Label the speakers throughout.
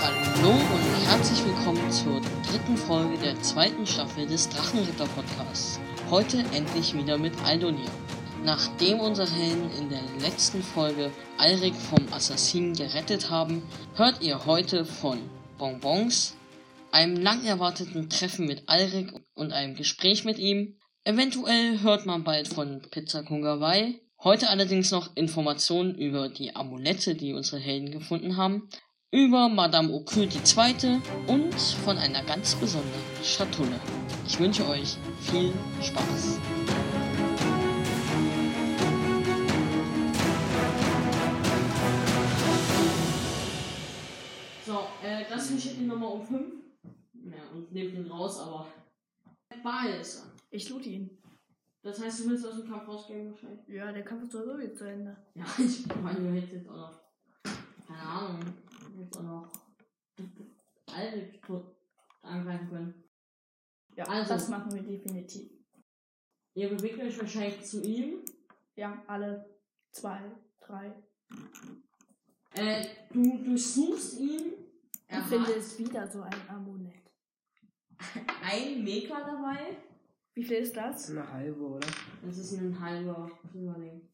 Speaker 1: Hallo und herzlich willkommen zur dritten Folge der zweiten Staffel des Drachenritter Podcasts. Heute endlich wieder mit Aldonir. Nachdem unsere Helden in der letzten Folge Alrik vom Assassinen gerettet haben, hört ihr heute von Bonbons, einem lang erwarteten Treffen mit Alrik und einem Gespräch mit ihm. Eventuell hört man bald von Pizza Kungawai. Heute allerdings noch Informationen über die Amulette, die unsere Helden gefunden haben, über Madame Oku die zweite und von einer ganz besonderen Schatulle. Ich wünsche euch viel Spaß. So, äh, das hier steht die Nummer um 5. Ja, und nehmt ihn raus, aber. Baal ist an.
Speaker 2: Ich loot ihn.
Speaker 1: Das heißt, du willst aus dem Kampf rausgehen wahrscheinlich.
Speaker 2: Ja, der Kampf ist sowieso jetzt zu Ende.
Speaker 1: Ja, ich meine, du hättest jetzt auch noch. Keine Ahnung. Du hättest auch noch. Alte tot angreifen können.
Speaker 2: Ja,
Speaker 1: Also.
Speaker 2: das machen wir definitiv.
Speaker 1: Ihr bewegt euch wahrscheinlich zu ihm.
Speaker 2: Ja, alle zwei, drei.
Speaker 1: Äh, du durchsuchst ihn.
Speaker 2: Ich
Speaker 1: Er
Speaker 2: finde
Speaker 1: hat
Speaker 2: es wieder so ein Amulett.
Speaker 1: ein Meter dabei.
Speaker 2: Wie viel ist das?
Speaker 3: Eine halbe, oder?
Speaker 1: Das ist ein halber Silberling.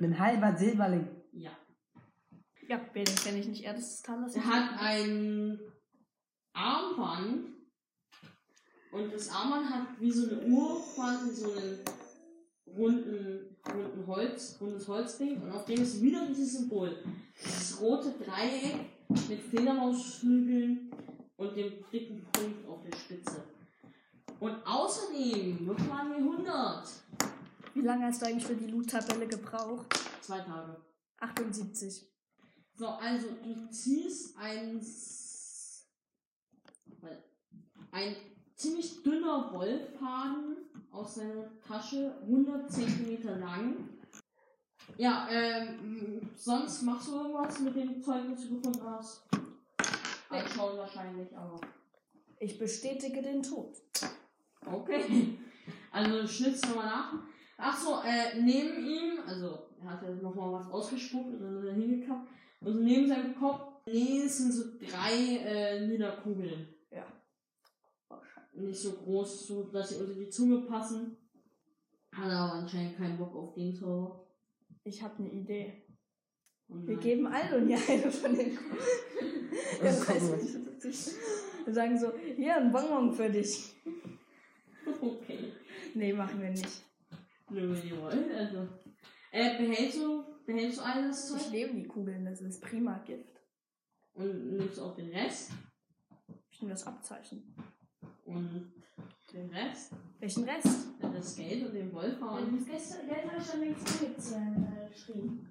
Speaker 3: Ein halber Silberling.
Speaker 1: Ja.
Speaker 2: Ja, wer den kenne ich nicht. Er das kann das
Speaker 1: Er hat ein Armband. Und das Armband hat wie so eine Uhr quasi so einen runden, runden Holz, rundes Holzding. Und auf dem ist wieder dieses Symbol. Dieses rote Dreieck mit Fledermausflügeln und dem dicken Punkt auf der Spitze. Und außerdem wird man hier 100.
Speaker 2: Wie lange hast du eigentlich für die Loot-Tabelle gebraucht?
Speaker 1: Zwei Tage.
Speaker 2: 78.
Speaker 1: So, also du ziehst ein, s- ein ziemlich dünner Wollfaden aus seiner Tasche, 100 Zentimeter lang. Ja, ähm, sonst machst du irgendwas mit dem Zeug, das du gefunden hast?
Speaker 2: Nee.
Speaker 1: Anschauen wahrscheinlich, aber.
Speaker 2: Ich bestätige den Tod.
Speaker 1: Okay. Also schnitzt nochmal nach. Ach so, äh, neben ihm, also er hat ja nochmal was ausgespuckt und dann ist er hingekappt. Und so neben seinem Kopf, nee, es sind so drei äh, Niederkugeln.
Speaker 2: Ja. Oh,
Speaker 1: Nicht so groß, so dass sie unter die Zunge passen. Hat aber anscheinend keinen Bock auf den Zauber.
Speaker 2: Ich habe eine Idee.
Speaker 1: Oh nein.
Speaker 2: Wir geben Aldon ja eine von den Er
Speaker 3: Das ist
Speaker 2: weiß nicht. Wir sagen so, hier ein Bonbon für dich.
Speaker 1: Okay.
Speaker 2: Nee, machen wir nicht.
Speaker 1: Nö, wenn ihr wollt. Also. Äh, behältst du, behältst du all das
Speaker 2: Ich
Speaker 1: Zeug?
Speaker 2: lebe die Kugeln, das ist prima Gift.
Speaker 1: Und nimmst auch den Rest.
Speaker 2: Ich nehme das Abzeichen.
Speaker 1: Und den Rest.
Speaker 2: Welchen Rest?
Speaker 1: Dann das Geld und den Wollfaden.
Speaker 2: Mhm.
Speaker 4: Das gestern, gestern habe ich schon längst geschrieben.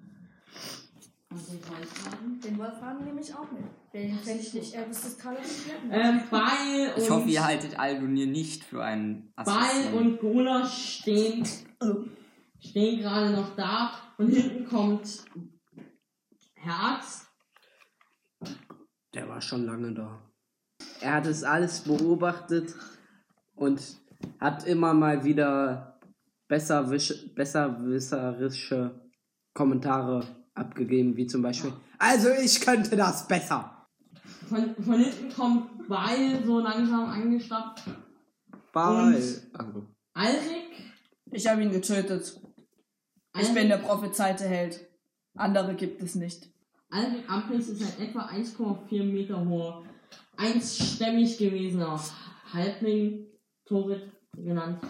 Speaker 1: Also Kreisfaden.
Speaker 2: Den Wolfram nehme ich auch mit. Den
Speaker 1: Das
Speaker 2: fände
Speaker 1: ist
Speaker 2: ich nicht, äh, das ist Carlos
Speaker 1: Ähm, Ball und,
Speaker 3: Ich hoffe, ihr haltet Aldonir nicht für einen
Speaker 1: Ball und Gulasch stehen,
Speaker 5: Ähm,
Speaker 1: stehen gerade noch da und hinten kommt Herz.
Speaker 6: Der war schon lange da. Er hat es alles beobachtet und hat immer mal wieder besserwisch- besserwisserische Kommentare abgegeben, wie zum Beispiel, also ich könnte das besser.
Speaker 1: Von, von hinten kommt Ball so langsam angestapft.
Speaker 6: Bye. Also,
Speaker 1: Alrik.
Speaker 7: Ich habe ihn getötet. Ich bin der prophezeite Held. Andere gibt es nicht.
Speaker 1: Alrik Amplis ist ein etwa 1,4 Meter hoher, einstämmig gewesener Halbling, Torit genannt.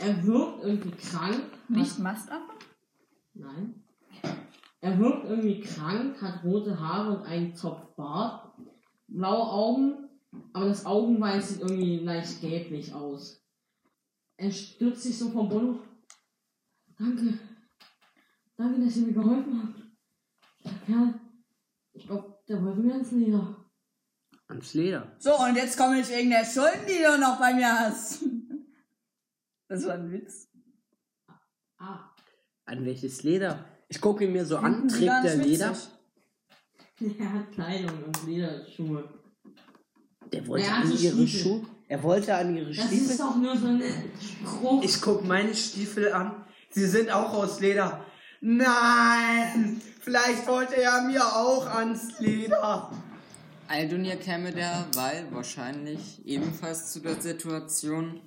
Speaker 1: Er wirkt irgendwie krank.
Speaker 7: Nicht Mastaffe?
Speaker 1: Nein. Er wirkt irgendwie krank, hat rote Haare und einen Zopfbart, blaue Augen, aber das Augenweiß sieht irgendwie leicht gelblich aus. Er stürzt sich so vom Boden. hoch. Danke. Danke, dass ihr mir geholfen habt. Der Kerl, ich glaube, der wollte mir ins Leder.
Speaker 6: ans Leder.
Speaker 7: So, und jetzt komme ich wegen der Schulden, die du noch bei mir hast. Das war ein Witz.
Speaker 1: Ah,
Speaker 6: An welches Leder? Ich gucke ihn mir so
Speaker 7: Finden
Speaker 6: an,
Speaker 7: Sie gar
Speaker 6: trägt der
Speaker 7: nicht
Speaker 6: Leder.
Speaker 7: witzig?
Speaker 1: er hat Kleidung und Lederschuhe.
Speaker 6: Der wollte
Speaker 1: Ja,
Speaker 6: an
Speaker 1: die
Speaker 6: ihre
Speaker 1: Stiefel.
Speaker 6: Schuhe. Er wollte an ihre
Speaker 1: Das
Speaker 6: Stiefel.
Speaker 1: ist doch nur so ein Spruch.
Speaker 3: Ich guck meine Stiefel an. Sie sind auch aus Leder. Nein! Vielleicht wollte er mir auch ans Leder. Aldunir käme der, weil wahrscheinlich ebenfalls zu der Situation.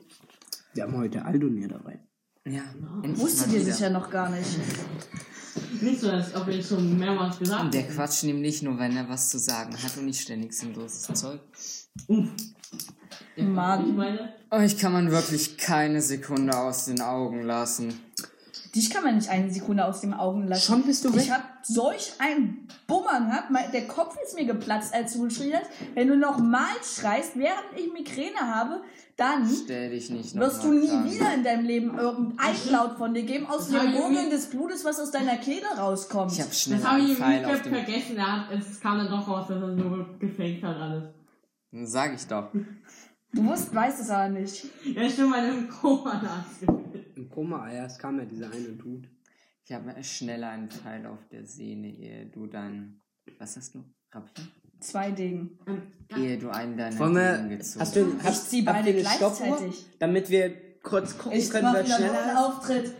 Speaker 6: Wir haben heute Aldonir dabei.
Speaker 3: Ja, endlich
Speaker 5: Genau. Wusstet
Speaker 3: mal
Speaker 5: ihr
Speaker 3: wieder.
Speaker 5: sicher noch gar nicht.
Speaker 8: Nicht so, als ob ich es schon mehrmals gesagt
Speaker 3: Der quatscht ihm nicht nur, wenn er was zu sagen hat und nicht ständig sinnloses Zeug.
Speaker 8: Ich
Speaker 5: Mann.
Speaker 8: meine,
Speaker 3: Euch kann man wirklich keine Sekunde aus den Augen lassen.
Speaker 5: Dich kann man nicht eine Sekunde aus den Augen lassen.
Speaker 6: Schon bist du
Speaker 5: Ich
Speaker 6: weg.
Speaker 5: hab solch einen Bummern gehabt. Mein- Der Kopf ist mir geplatzt, als du geschrien hast. Wenn du nochmal schreist, während ich Migräne habe, dann
Speaker 3: Stell dich nicht
Speaker 5: wirst du
Speaker 3: nochmal
Speaker 5: nie
Speaker 3: dran.
Speaker 5: wieder in deinem Leben irgendein Laut von dir geben, aus
Speaker 8: Das hab
Speaker 5: dem
Speaker 8: ich
Speaker 5: Gurgeln
Speaker 8: mir-
Speaker 5: des Blutes, was aus deiner Kehle rauskommt.
Speaker 3: Ich hab schnell
Speaker 8: das habe ich
Speaker 3: einen
Speaker 8: im
Speaker 3: Pfeil auf
Speaker 8: Recap
Speaker 3: dem...
Speaker 8: vergessen. Er hat, es kam dann doch raus, dass er nur gefaked hat alles.
Speaker 3: Sag ich doch.
Speaker 5: Du wusst, weißt es aber nicht.
Speaker 8: Ja, stimmt, meine im Koma nachgefühlt.
Speaker 6: Im Koma, ah ja, es kam ja dieser eine Dude.
Speaker 3: Ich habe schnell einen Pfeil auf der Sehne, ehe du dein... Was hast du? Rapier?
Speaker 5: Zwei Degen.
Speaker 1: Ähm,
Speaker 3: Ehe du einen deiner
Speaker 6: Wollen
Speaker 3: Degen
Speaker 6: wir.
Speaker 3: gezogen
Speaker 6: Hast du,
Speaker 5: Ich
Speaker 6: hast,
Speaker 5: zieh
Speaker 6: habt
Speaker 5: beide
Speaker 6: ihr eine Stoppuhr?
Speaker 5: gleichzeitig.
Speaker 6: Damit wir kurz gucken
Speaker 5: Ich
Speaker 6: können,
Speaker 5: mache
Speaker 6: wer
Speaker 5: wieder noch
Speaker 6: schneller
Speaker 5: einen
Speaker 6: ist.
Speaker 5: Auftritt.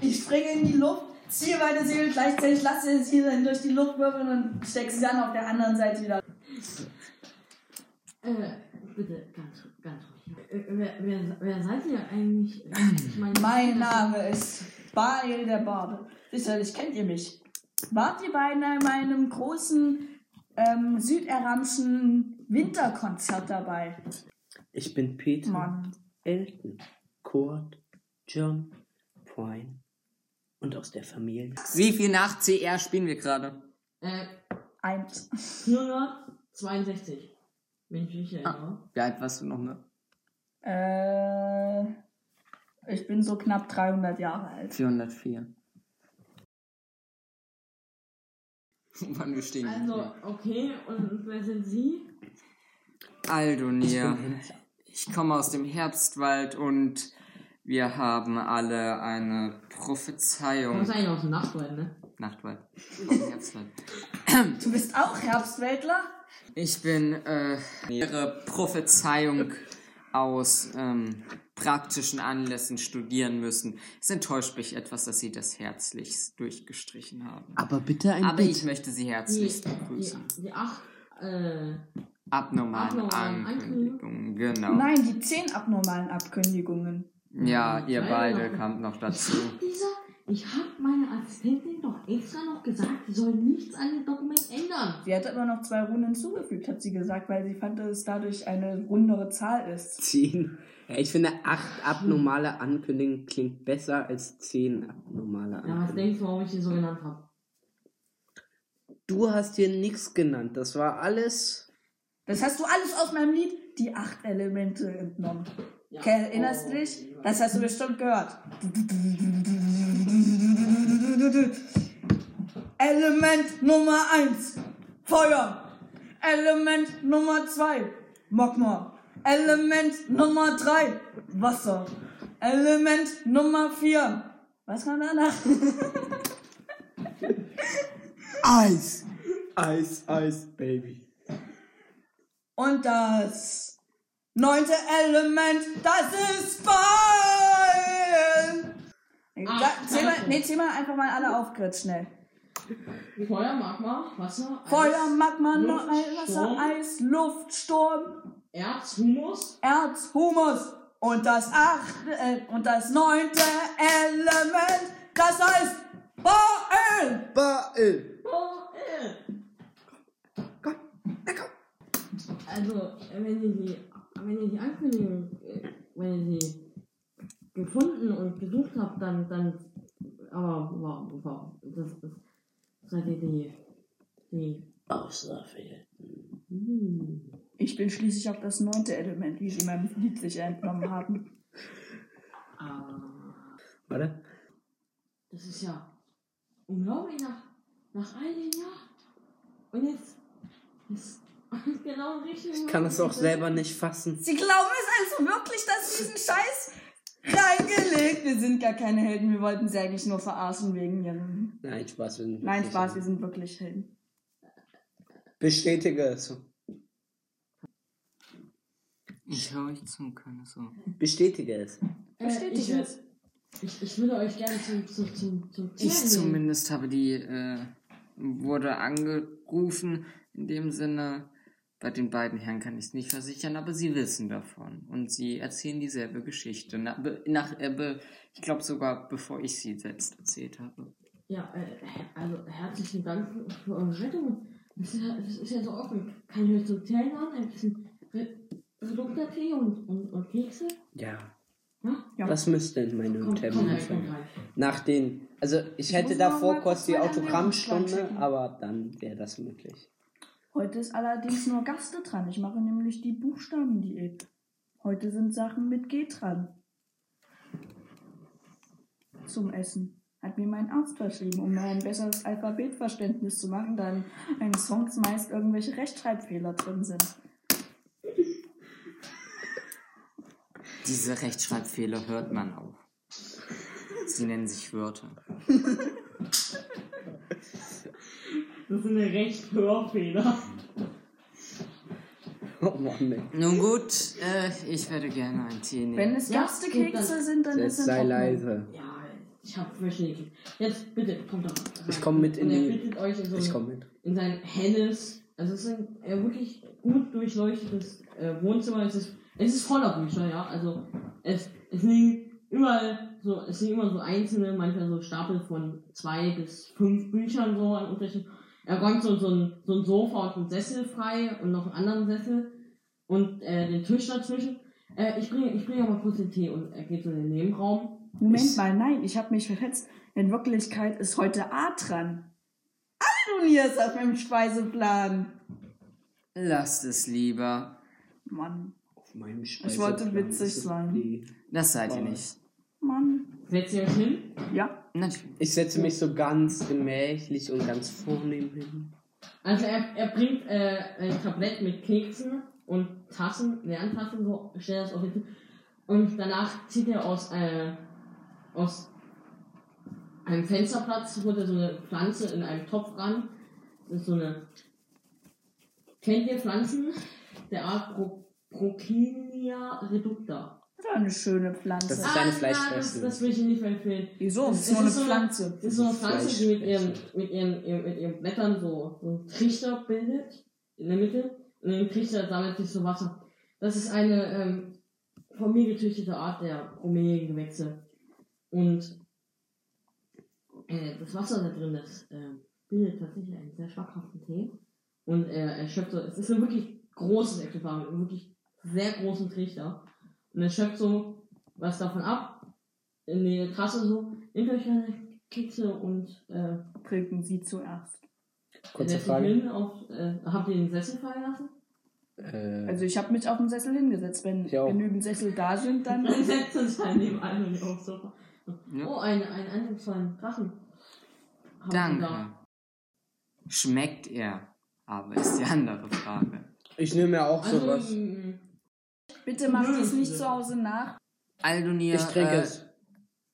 Speaker 5: Ich springe in die Luft, ziehe meine Seele gleichzeitig, lasse sie dann durch die Luft wirbeln und stecke sie dann auf der anderen Seite wieder.
Speaker 1: Äh, bitte, ganz, ganz ruhig. Äh, wer, wer, wer seid ihr eigentlich? Ich meine,
Speaker 5: Mein Name ist Bael der Barbe. Sicherlich kennt ihr mich. Wart ihr bei einer- meinem großen ähm, süderamschen Winterkonzert dabei?
Speaker 6: Ich bin Peter
Speaker 5: Mann.
Speaker 6: Elton, Kurt, John, Prime und aus der Familie.
Speaker 3: Wie viel nach CR spielen wir gerade?
Speaker 8: Äh,
Speaker 5: Eins.
Speaker 8: 462. Wenn ich mich erinnere.
Speaker 3: Wie alt warst du ne? nochmal?
Speaker 5: Äh, ich bin so knapp 300 Jahre alt.
Speaker 3: 404. Mann, wir stehen
Speaker 8: Also, okay, und wer sind Sie?
Speaker 3: Aldonir, ich komme aus dem Herbstwald und wir haben alle eine Prophezeiung.
Speaker 8: Kommst eigentlich aus dem Nachtwald, ne?
Speaker 3: Nachtwald. Herbstwald.
Speaker 5: Du bist auch Herbstwäldler?
Speaker 3: Ich bin äh, ihre Prophezeiung aus ähm, praktischen Anlässen studieren müssen. Es enttäuscht mich etwas, dass sie das herzlichst durchgestrichen haben.
Speaker 6: Aber bitte ein
Speaker 3: Aber ich
Speaker 6: Bit.
Speaker 3: möchte sie
Speaker 8: Die,
Speaker 3: herzlichst begrüßen.
Speaker 8: die, die acht, äh,
Speaker 3: Abnormalen
Speaker 8: Abnormalen
Speaker 3: Ankündigungen, genau.
Speaker 5: Nein, die zehn abnormalen Abkündigungen.
Speaker 3: Ja, ihr
Speaker 8: Nein,
Speaker 3: beide
Speaker 8: noch.
Speaker 3: kamt noch dazu.
Speaker 1: Lisa, ich habe meiner Assistentin doch extra noch gesagt, sie soll nichts an dem Dokument ändern.
Speaker 5: Sie hat immer noch zwei Runden hinzugefügt, hat sie gesagt, weil sie fand, dass es dadurch eine rundere Zahl ist.
Speaker 6: 10. Ja, ich finde, 8 abnormale Ankündigungen klingt besser als 10 abnormale
Speaker 8: ja, was
Speaker 6: Ankündigungen.
Speaker 8: denkst du, warum ich ihn so genannt habe?
Speaker 6: du hast hier nichts genannt. Das war alles.
Speaker 5: Das hast du alles aus meinem Lied, die acht Elemente entnommen.
Speaker 8: Ja.
Speaker 5: Okay, erinnerst du dich? Das hast du bestimmt gehört. Element Nummer 1, Feuer. Element Nummer 2, Magma. Element Nummer 3, Wasser. Element Nummer 4, was war danach?
Speaker 6: Eis! Eis, Eis, Baby.
Speaker 5: Und das neunte Element, das ist Feuer! Sag- Zähl mal, nee, zähl mal einfach mal alle auf, Grit, schnell.
Speaker 8: Feuer, Magma, Wasser, Eis,
Speaker 5: Feuer, Magma,
Speaker 8: Luft,
Speaker 5: Neu- Wasser,
Speaker 8: Sturm.
Speaker 5: Eis, Luft, Sturm,
Speaker 8: Erz, Humus.
Speaker 5: Erz, Humus. Und das achte, äh, und das neunte Element, das heißt Feuer!
Speaker 6: Bael!
Speaker 8: Oh, äh.
Speaker 1: Also, äh, wenn ihr die, wenn ihr die Ankündigung, äh, wenn ihr sie gefunden und gesucht habt, dann, dann, aber, wow, wow, das ist, seid ihr die, die, Hm.
Speaker 6: Außerfeld.
Speaker 5: Ich bin schließlich auf das neunte Element, wie sie meinem Lied sich entnommen haben.
Speaker 8: Ah,
Speaker 6: Warte.
Speaker 8: das ist ja unglaublich nach, nach all den Jahren. Und jetzt ist genau richtig.
Speaker 6: Ich kann das auch selber nicht fassen.
Speaker 5: Sie glauben es also wirklich, dass sie diesen Scheiß reingelegt. Wir sind gar keine Helden, wir wollten sie eigentlich nur verarschen wegen ihrem.
Speaker 6: Nein, Spaß. wir sind
Speaker 5: Nein,
Speaker 6: wirklich-
Speaker 5: Spaß, wir sind wirklich Helden.
Speaker 6: Bestätige es.
Speaker 3: Ich höre euch zu, keine Sorge.
Speaker 6: Bestätige es.
Speaker 1: Äh,
Speaker 5: Bestätigt
Speaker 8: ich,
Speaker 5: es.
Speaker 8: Ich, ich würde euch gerne zum, zum, zum, zum Tier
Speaker 3: Ich
Speaker 8: nehmen.
Speaker 3: zumindest habe die, äh, wurde angerufen, in dem Sinne, Bei den beiden Herren kann ich es nicht versichern, aber sie wissen davon. Und sie erzählen dieselbe Geschichte. Na, be, nach, äh, be, ich glaube sogar, bevor ich sie selbst erzählt habe.
Speaker 1: Ja, äh, also herzlichen Dank für eure Rettung. Das ist ja, das ist ja so offen. Kann ich euch so Zellen an? Ein bisschen Re- Reducta-Tee und, und, und Kekse?
Speaker 6: Ja.
Speaker 1: Ja? Ja.
Speaker 6: Das müsste in meinem
Speaker 1: Kommt, kommt
Speaker 6: Termin
Speaker 1: rein, kommt
Speaker 6: sein.
Speaker 1: rein.
Speaker 6: Nach den. Also, ich hätte
Speaker 5: muss noch mal
Speaker 6: davor
Speaker 5: kurz
Speaker 6: kurz die
Speaker 5: meine Ernährungsplan
Speaker 6: Autogrammstunde,
Speaker 5: checken.
Speaker 6: aber dann wäre das möglich.
Speaker 5: Heute ist allerdings nur Gaste dran. Ich mache nämlich die Buchstabendiät. Heute sind Sachen mit G dran. Zum Essen. Hat mir mein Arzt verschrieben, um ein besseres Alphabetverständnis zu machen, da in meinen Songs meist irgendwelche Rechtschreibfehler drin sind.
Speaker 3: Diese Rechtschreibfehler hört man auch. Sie nennen sich Wörter.
Speaker 1: Das sind ja recht Hörfehler.
Speaker 6: Oh Mann, ey.
Speaker 3: Nun gut, äh, ich werde gerne einen Tee nehmen.
Speaker 5: Wenn es
Speaker 1: Ja, gut,
Speaker 5: Gastekekse
Speaker 1: dann-
Speaker 5: sind, dann
Speaker 6: Jetzt
Speaker 5: ist es
Speaker 6: sei
Speaker 5: trocken.
Speaker 6: leise.
Speaker 1: Ja, ich hab Frösche gekriegt. Jetzt bitte, kommt doch rein.
Speaker 6: Ich komm mit in
Speaker 1: und er
Speaker 6: die-
Speaker 1: bittet euch in so
Speaker 6: Ich
Speaker 1: ein-
Speaker 6: komme mit.
Speaker 1: in sein helles, also es ist ein äh, wirklich gut durchleuchtetes äh, Wohnzimmer. Es ist, es ist voller Bücher, ja. Also es, es liegen überall so, es liegen immer so einzelne, manchmal so Stapel von zwei bis fünf Büchern so an Unterschied. Er räumt so, so, ein, so ein Sofa und einen Sessel frei und noch einen anderen Sessel und äh, den Tisch dazwischen. Äh, ich bringe ich bringe aber kurz den Tee und er geht so in den Nebenraum.
Speaker 5: Moment mal, nein, ich habe mich verletzt. In Wirklichkeit ist heute A dran. Aldonier ist auf meinem Speiseplan.
Speaker 3: Lasst es lieber.
Speaker 5: Mann,
Speaker 6: Auf meinem
Speaker 5: Ich wollte
Speaker 6: Speiseplan
Speaker 5: witzig
Speaker 6: ist es
Speaker 5: sein.
Speaker 6: die-
Speaker 3: Das seid ihr
Speaker 6: Aber-
Speaker 3: nicht.
Speaker 5: Mann.
Speaker 1: Setzt ihr euch hin?
Speaker 5: Ja,
Speaker 3: Natürlich.
Speaker 6: Ich setze mich so ganz gemächlich und ganz vornehm hin.
Speaker 1: Also er, er bringt äh, ein Tablett mit Keksen und Tassen, Lerntassen, so stellt das auf den Tisch. Und danach zieht er aus, äh, aus einem Fensterplatz, holt er so eine Pflanze in einem Topf ran. Das ist so eine. Kennt ihr Pflanzen? Der Art Pro Prokinia reducta. Ah,
Speaker 5: das ist eine schöne Pflanze.
Speaker 6: Das ist eine
Speaker 1: das,
Speaker 6: Fleischfressen.
Speaker 1: das will ich Ihnen nicht empfehlen. Es-
Speaker 5: Wieso? Das
Speaker 1: es
Speaker 5: ist nur eine
Speaker 1: ist so eine-
Speaker 5: Pflanze.
Speaker 1: Das ist so eine Pflanze, die mit ihren,
Speaker 6: Fleischfressen.
Speaker 1: mit ihren, ihren, mit ihren Blättern so so einen Trichter bildet, in der Mitte. Und in dem Trichter sammelt sich so Wasser. Das ist eine ähm, von mir gezüchtete Art der Bromeliengewächse. Und äh, das Wasser da drin, das äh, bildet tatsächlich einen sehr schmackhaften Tee. Und äh, er schöpft so, es ist ein wirklich großes Exemplar mit einem wirklich sehr großen Trichter. Und er schöpft so was davon ab, in die Tasse so, nimmt euch eine Kekse und äh,
Speaker 5: Trinken Sie zuerst.
Speaker 6: Kurze
Speaker 1: setzt euch
Speaker 6: Frage.
Speaker 1: hin auf, äh, habt ihr den Sessel fallen lassen?
Speaker 6: Äh,
Speaker 5: Also ich habe mich auf den Sessel hingesetzt. Wenn
Speaker 6: Ich auch.
Speaker 5: genügend Sessel da sind, dann...
Speaker 1: Dann setzt er sich halt nebenan und aufs Sofa.
Speaker 3: Ja.
Speaker 1: Oh, einen, einen eindrucksvollen Drachen. Haben Sie da.
Speaker 3: Danke. Schmeckt er? Aber ist die andere Frage.
Speaker 6: ich nehme ja auch
Speaker 1: Also,
Speaker 6: sowas.
Speaker 1: mm,
Speaker 5: Bitte macht es nicht zu Hause nach.
Speaker 3: Aldonir,
Speaker 6: Ich trinke
Speaker 3: äh,
Speaker 6: es.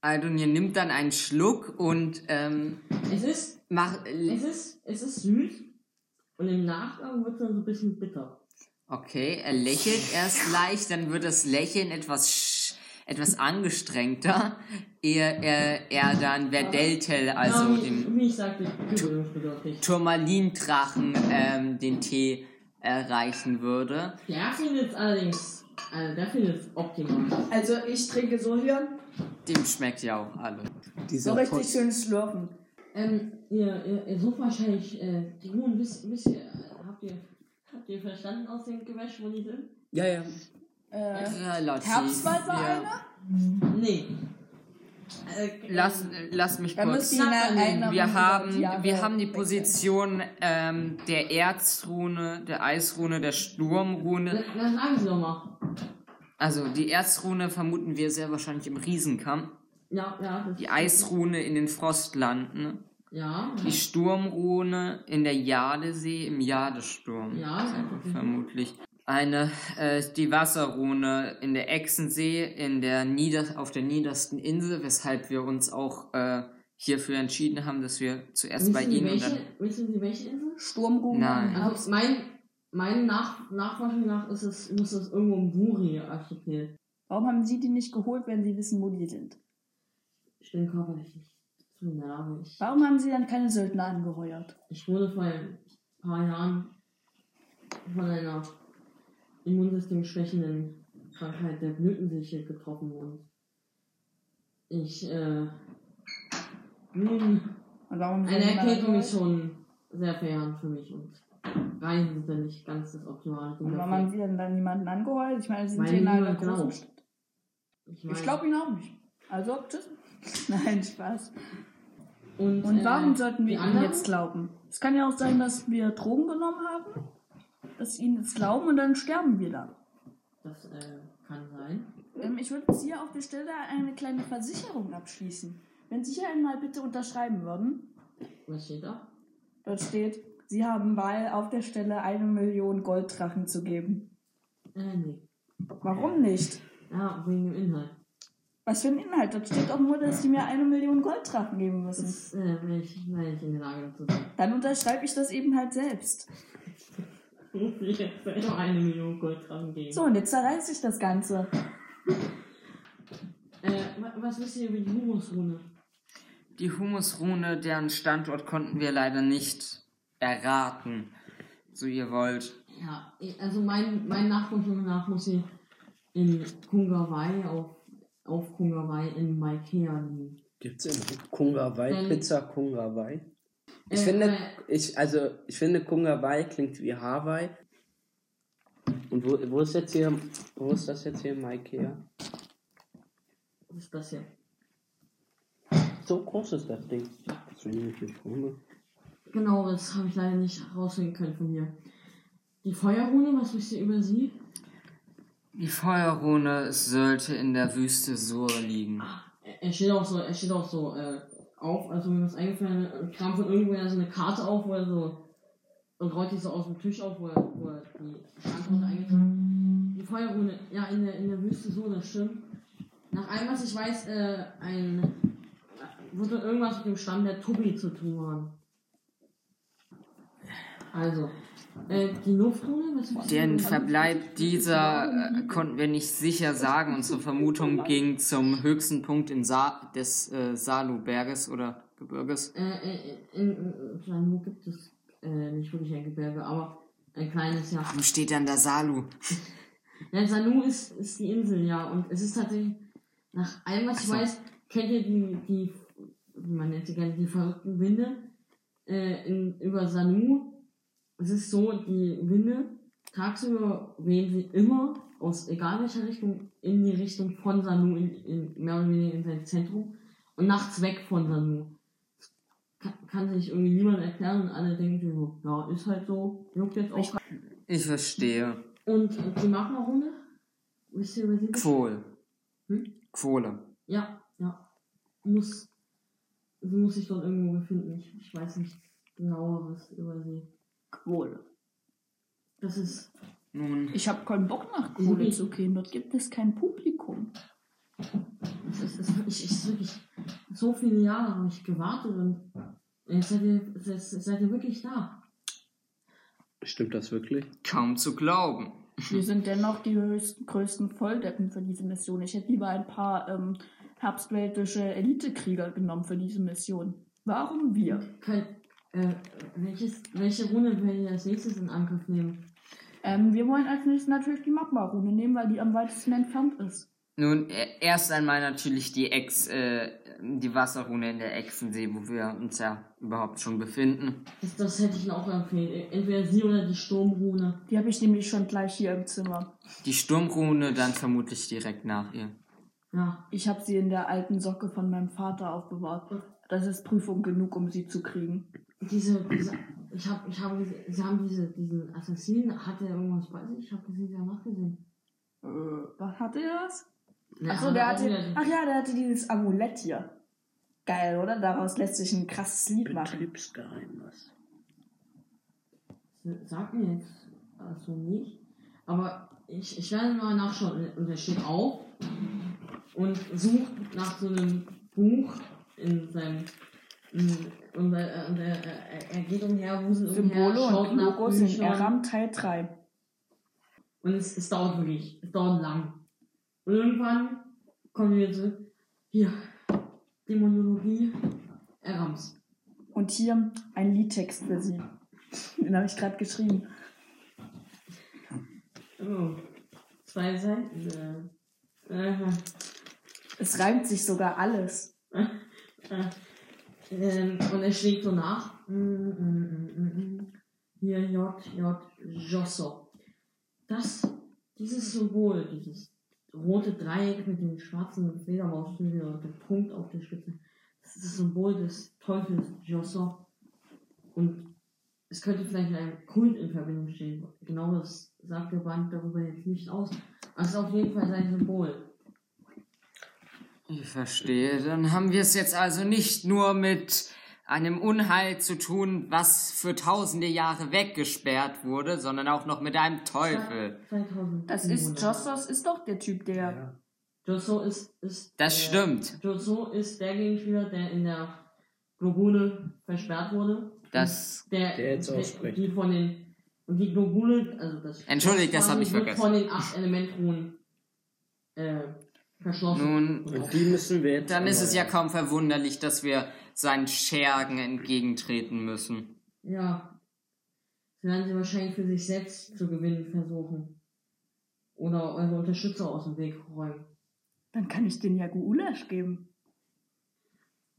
Speaker 3: Aldonir nimmt dann einen Schluck und ähm,
Speaker 1: es ist
Speaker 3: macht.
Speaker 1: Es ist, es ist süß und im Nachgang wird es dann so ein bisschen bitter.
Speaker 3: Okay, er lächelt erst leicht, dann wird das Lächeln etwas sch etwas angestrengter, ehe er, er dann Verdeltel, also
Speaker 1: Ja, wie,
Speaker 3: dem
Speaker 1: wie ich sagte, gewöhnungsbedürftig.
Speaker 3: Turmalindrachen, ähm, den Tee erreichen würde.
Speaker 1: Der findet es allerdings, also der findet es optimal.
Speaker 5: Also ich trinke so hier.
Speaker 3: Dem schmeckt ja auch alle.
Speaker 6: Dieser
Speaker 5: So richtig
Speaker 6: Pot
Speaker 5: schön schlürfen.
Speaker 1: Ähm, ihr, ihr, ihr sucht wahrscheinlich äh, die Ruhen, wisst, wisst ihr, äh, habt ihr, habt ihr verstanden aus dem Gewäsch, wo die sind?
Speaker 6: ja, ja.
Speaker 5: Äh,
Speaker 3: Relativ.
Speaker 5: Herbstwald war
Speaker 3: ja.
Speaker 5: einer?
Speaker 1: Nee.
Speaker 3: Lass, äh, lass mich
Speaker 5: Da
Speaker 3: kurz.
Speaker 5: müssen wir
Speaker 1: Knapp
Speaker 5: einer
Speaker 3: Wir
Speaker 5: von
Speaker 3: haben,
Speaker 5: 100 Jahre
Speaker 3: wir haben die
Speaker 5: weg-
Speaker 3: Position ähm, der Erzrune, der Eisrune, der Sturmrune.
Speaker 1: Dann, dann sagen sie doch mal.
Speaker 3: Also die Erzrune vermuten wir sehr wahrscheinlich im Riesenkamm.
Speaker 1: Ja, ja. Das
Speaker 3: Die Eisrune in den ne? Frostlanden.
Speaker 1: Ja.
Speaker 3: Die Sturmrune in der Jadesee im Jadesturm.
Speaker 1: Ja,
Speaker 3: Vermutlich. Eine, äh, die Wasserrune in der Echsensee in der Nieder auf der niedersten Insel, weshalb wir uns auch äh, hierfür entschieden haben, dass wir zuerst
Speaker 1: wissen,
Speaker 3: bei
Speaker 1: sie
Speaker 3: Ihnen und
Speaker 1: welche,
Speaker 3: dann
Speaker 1: wissen Sie welche Insel?
Speaker 5: Sturmruhe.
Speaker 3: Nein.
Speaker 1: Also mein, mein Nach Nachforschung nach ist es, muss es irgendwo im Buri-Archipel.
Speaker 5: Warum haben Sie die nicht geholt, wenn Sie wissen, wo die sind?
Speaker 1: Ich bin körperlich nicht zu nah. Ich,
Speaker 5: Warum haben Sie dann keine Söldner angeheuert?
Speaker 1: ich wurde vor ein paar Jahren von einer Immunsystem schwächenden Krankheit der Blütensilche getroffen und ich äh, nun
Speaker 5: Und warum
Speaker 1: eine
Speaker 5: soll man-
Speaker 1: Erkältung ist schon sehr verheerend für mich und Reisen sind dann nicht ganz das Optimale.
Speaker 5: Und warum haben sie denn dann niemanden angeheult? Ich meine, sie sind
Speaker 1: Weil
Speaker 5: hier in einer
Speaker 1: niemand
Speaker 5: großen
Speaker 1: glaubt.
Speaker 5: Stadt.
Speaker 1: ich,
Speaker 5: Ich
Speaker 1: meine-
Speaker 5: glaube ihn auch nicht. Also, tschüss. Nein, Spaß.
Speaker 1: Und,
Speaker 5: Und
Speaker 1: äh,
Speaker 5: warum sollten
Speaker 1: die
Speaker 5: wir ihnen
Speaker 1: anderen?
Speaker 5: jetzt glauben? Es kann ja auch sein, dass wir Drogen genommen haben, dass sie ihnen jetzt glauben und dann sterben wir da.
Speaker 1: Das äh, kann sein.
Speaker 5: Ähm, ich würde jetzt hier auf der Stelle eine kleine Versicherung abschließen. Wenn Sie hier einmal bitte unterschreiben würden,
Speaker 1: Was steht da?
Speaker 5: dort steht, Sie haben Wahl, auf der Stelle eine Million Golddrachen zu geben.
Speaker 1: Äh, nee.
Speaker 5: Warum nicht?
Speaker 1: Ja, wegen dem Inhalt.
Speaker 5: Was für ein Inhalt? Dort steht auch nur, dass Sie mir eine Million Golddrachen geben müssen.
Speaker 1: Das äh, werde ich, werde ich in der Lage dazu sein.
Speaker 5: Dann unterschreibe ich das eben halt selbst.
Speaker 1: Jetzt werde ich noch eine Million Gold dran geben.
Speaker 5: So, und jetzt zerreiße ich das Ganze.
Speaker 1: Äh, wa- was wisst ihr über die Humusrune?
Speaker 3: Die Humusrune, deren Standort konnten wir leider nicht erraten. So ihr wollt.
Speaker 1: Ja, ich- also mein, mein Nachwunsch und nach muss sie in Kungawai auf, auf Kungawai in Maikea liegen.
Speaker 6: Gibt's in Kungawai,
Speaker 5: Hm.
Speaker 1: Dann-
Speaker 6: Pizza Kungawai? Ich
Speaker 1: Äh,
Speaker 6: finde,
Speaker 1: weil-
Speaker 6: ich, also, ich finde Kungawai klingt wie Hawaii. Und wo, wo ist jetzt hier, wo ist das jetzt hier im Ikea?
Speaker 1: Was ist das hier?
Speaker 6: So groß ist das Ding. Das finde ich nicht cool.
Speaker 1: Genau, das habe ich leider nicht rausfinden können von hier. Die Feuerrune, was wisst ihr über sie?
Speaker 3: Die Feuerrune sollte in der Wüste Sur
Speaker 1: Ah,
Speaker 3: liegen.
Speaker 1: Er, er steht auch so, er steht auch so äh, auf, also mir ist eingefallen, er kram von irgendwoher so eine Karte auf, wo er so und rollt die so aus dem Tisch auf, wo er, wo er die Antwort eingetragen hat. Die Feuerrune, ja, in der, in der Wüste so, das stimmt. Nach allem, was ich weiß, äh, ein wurde irgendwas mit dem Stamm der Tobi zu tun haben. Also, äh, die Luftrune, was ist
Speaker 3: Den Verbleib dieser äh, konnten wir nicht sicher sagen. Unsere Vermutung ging zum höchsten Punkt in Sa des äh, Salu-Berges oder Gebirges.
Speaker 1: Äh, äh, in, in Janmu gibt es äh, nicht wirklich ein Gebirge, aber ein kleines, ja.
Speaker 3: Warum steht dann da Salu?
Speaker 1: Ja, Sanu ist, ist die Insel, ja. Und es ist tatsächlich, nach allem, was ich
Speaker 3: Ach so.
Speaker 1: weiß, kennt ihr die, die, man nennt sie gerne die verrückten Winde, äh, in, über Sanu. Es ist so, die Winde tagsüber wehen sie immer, aus egal welcher Richtung, in die Richtung von Sanu, in, in, mehr oder weniger in sein Zentrum, und nachts weg von Sanu. Kann, kann sich irgendwie niemand erklären und alle denken sich so, ja, ist halt so, juckt jetzt auch.
Speaker 3: Ich verstehe.
Speaker 1: Und äh, die Magma-Runde? Wisst ihr, wer sie ist?
Speaker 3: Quol.
Speaker 1: Hm?
Speaker 3: Quole.
Speaker 1: Ja, ja. Muss. Sie muss sich dort irgendwo befinden. Ich, ich weiß nicht genaueres über sie.
Speaker 5: Kohle.
Speaker 1: Das ist.
Speaker 3: Nun,
Speaker 5: Ich habe keinen Bock nach Kohle zu gehen. Dort gibt es kein Publikum.
Speaker 1: Das ist, das ist, wirklich- ist wirklich. So viele Jahre habe ich gewartet und. Jetzt seid ihr, jetzt seid ihr wirklich da.
Speaker 6: Stimmt das wirklich?
Speaker 3: kaum zu glauben.
Speaker 5: Wir sind dennoch die höchsten, größten Volldeppen für diese Mission. Ich hätte lieber ein paar ähm, herbstweltische Elitekrieger genommen für diese Mission. Warum wir?
Speaker 1: Könnt, äh, welches, welche Runde werdet ihr als nächstes in Angriff nehmen?
Speaker 5: Ähm, wir wollen als nächstes natürlich die Magma-Rune nehmen, weil die am weitesten entfernt ist.
Speaker 3: Nun, e- erst einmal natürlich die Ex, äh, die Wasserrune in der Echsensee, wo wir uns ja überhaupt schon befinden.
Speaker 1: Das, das hätte ich Ihnen auch empfehlen. Entweder sie oder die Sturmrune.
Speaker 5: Die habe ich nämlich schon gleich hier im Zimmer.
Speaker 3: Die Sturmrune dann vermutlich direkt nach ihr.
Speaker 1: Ja.
Speaker 5: Ich habe sie in der alten Socke von meinem Vater aufbewahrt.
Speaker 1: Hm.
Speaker 5: Das ist Prüfung genug, um sie zu kriegen.
Speaker 1: diese, diese ich habe ich hab gesehen, sie haben diese, diesen Assassinen, hat er irgendwas bei sich? Ich habe gesehen, sie haben nachgesehen.
Speaker 5: Äh, was hatte er das?
Speaker 1: Na,
Speaker 5: Achso,
Speaker 1: haben
Speaker 5: der
Speaker 1: auch
Speaker 5: hatte.
Speaker 1: wieder-
Speaker 5: Ach ja, der hatte dieses Amulett hier. Geil, oder? Daraus lässt sich ein krasses Lied machen.
Speaker 6: Betriebsgeheimnis.
Speaker 1: Sagt mir jetzt also nicht. Aber ich, ich werde mal nachschauen. Und er steht auf und sucht nach so einem Buch in seinem. in- Und er, und er, er, er geht umher, wo sind
Speaker 5: Symbole
Speaker 1: umher,
Speaker 5: und Logos in
Speaker 1: Büchern.
Speaker 5: Eram Teil 3.
Speaker 1: Und es, es dauert wirklich, es dauert lang. Und irgendwann kommen wir zurück. Hier, Dämonologie, Erams.
Speaker 5: Und hier ein Liedtext für sie. Den habe ich gerade geschrieben.
Speaker 1: Oh. Zwei Seiten. Äh. Aha.
Speaker 5: Es reimt sich sogar alles.
Speaker 1: Ähm, und er schlägt so nach. Mm, mm, mm, mm, mm. Hier J, J, Josso. Das, dieses Symbol, dieses rote Dreieck mit dem schwarzen Fledermausflügel und dem Punkt auf der Spitze, das ist das Symbol des Teufels Josso. Und es könnte vielleicht mit einem Kult in Verbindung stehen. Genau das sagt der Band darüber jetzt nicht aus. Aber es ist auf jeden Fall sein Symbol.
Speaker 3: Ich verstehe. Dann haben wir es jetzt also nicht nur mit einem Unheil zu tun, was für tausende Jahre weggesperrt wurde, sondern auch noch mit einem Teufel.
Speaker 1: 2000
Speaker 5: Das ist,
Speaker 1: Monate.
Speaker 5: Jossos ist doch der Typ, der.
Speaker 1: Josso ist, ist
Speaker 3: Das
Speaker 1: der-
Speaker 3: stimmt.
Speaker 1: Joso ist der Gegenspieler, der in der Globule versperrt wurde.
Speaker 3: Das
Speaker 1: Der,
Speaker 6: Der jetzt
Speaker 1: der-
Speaker 6: ausspricht.
Speaker 1: Die von den. Und die Globule, also das.
Speaker 3: Entschuldigt, das
Speaker 1: quasi
Speaker 3: hab ich
Speaker 1: wird
Speaker 3: vergessen.
Speaker 1: Von den acht Elementruhen äh, verschlossen.
Speaker 3: nun.
Speaker 1: Und
Speaker 6: Und die müssen wir jetzt.
Speaker 3: Dann ist es ja
Speaker 6: erneuern.
Speaker 3: kaum verwunderlich, dass wir seinen Schergen entgegentreten müssen.
Speaker 1: Ja. Sie werden sie wahrscheinlich für sich selbst zu gewinnen versuchen. Oder eure Unterstützer aus dem Weg räumen.
Speaker 5: Dann kann ich den ja Gulasch geben.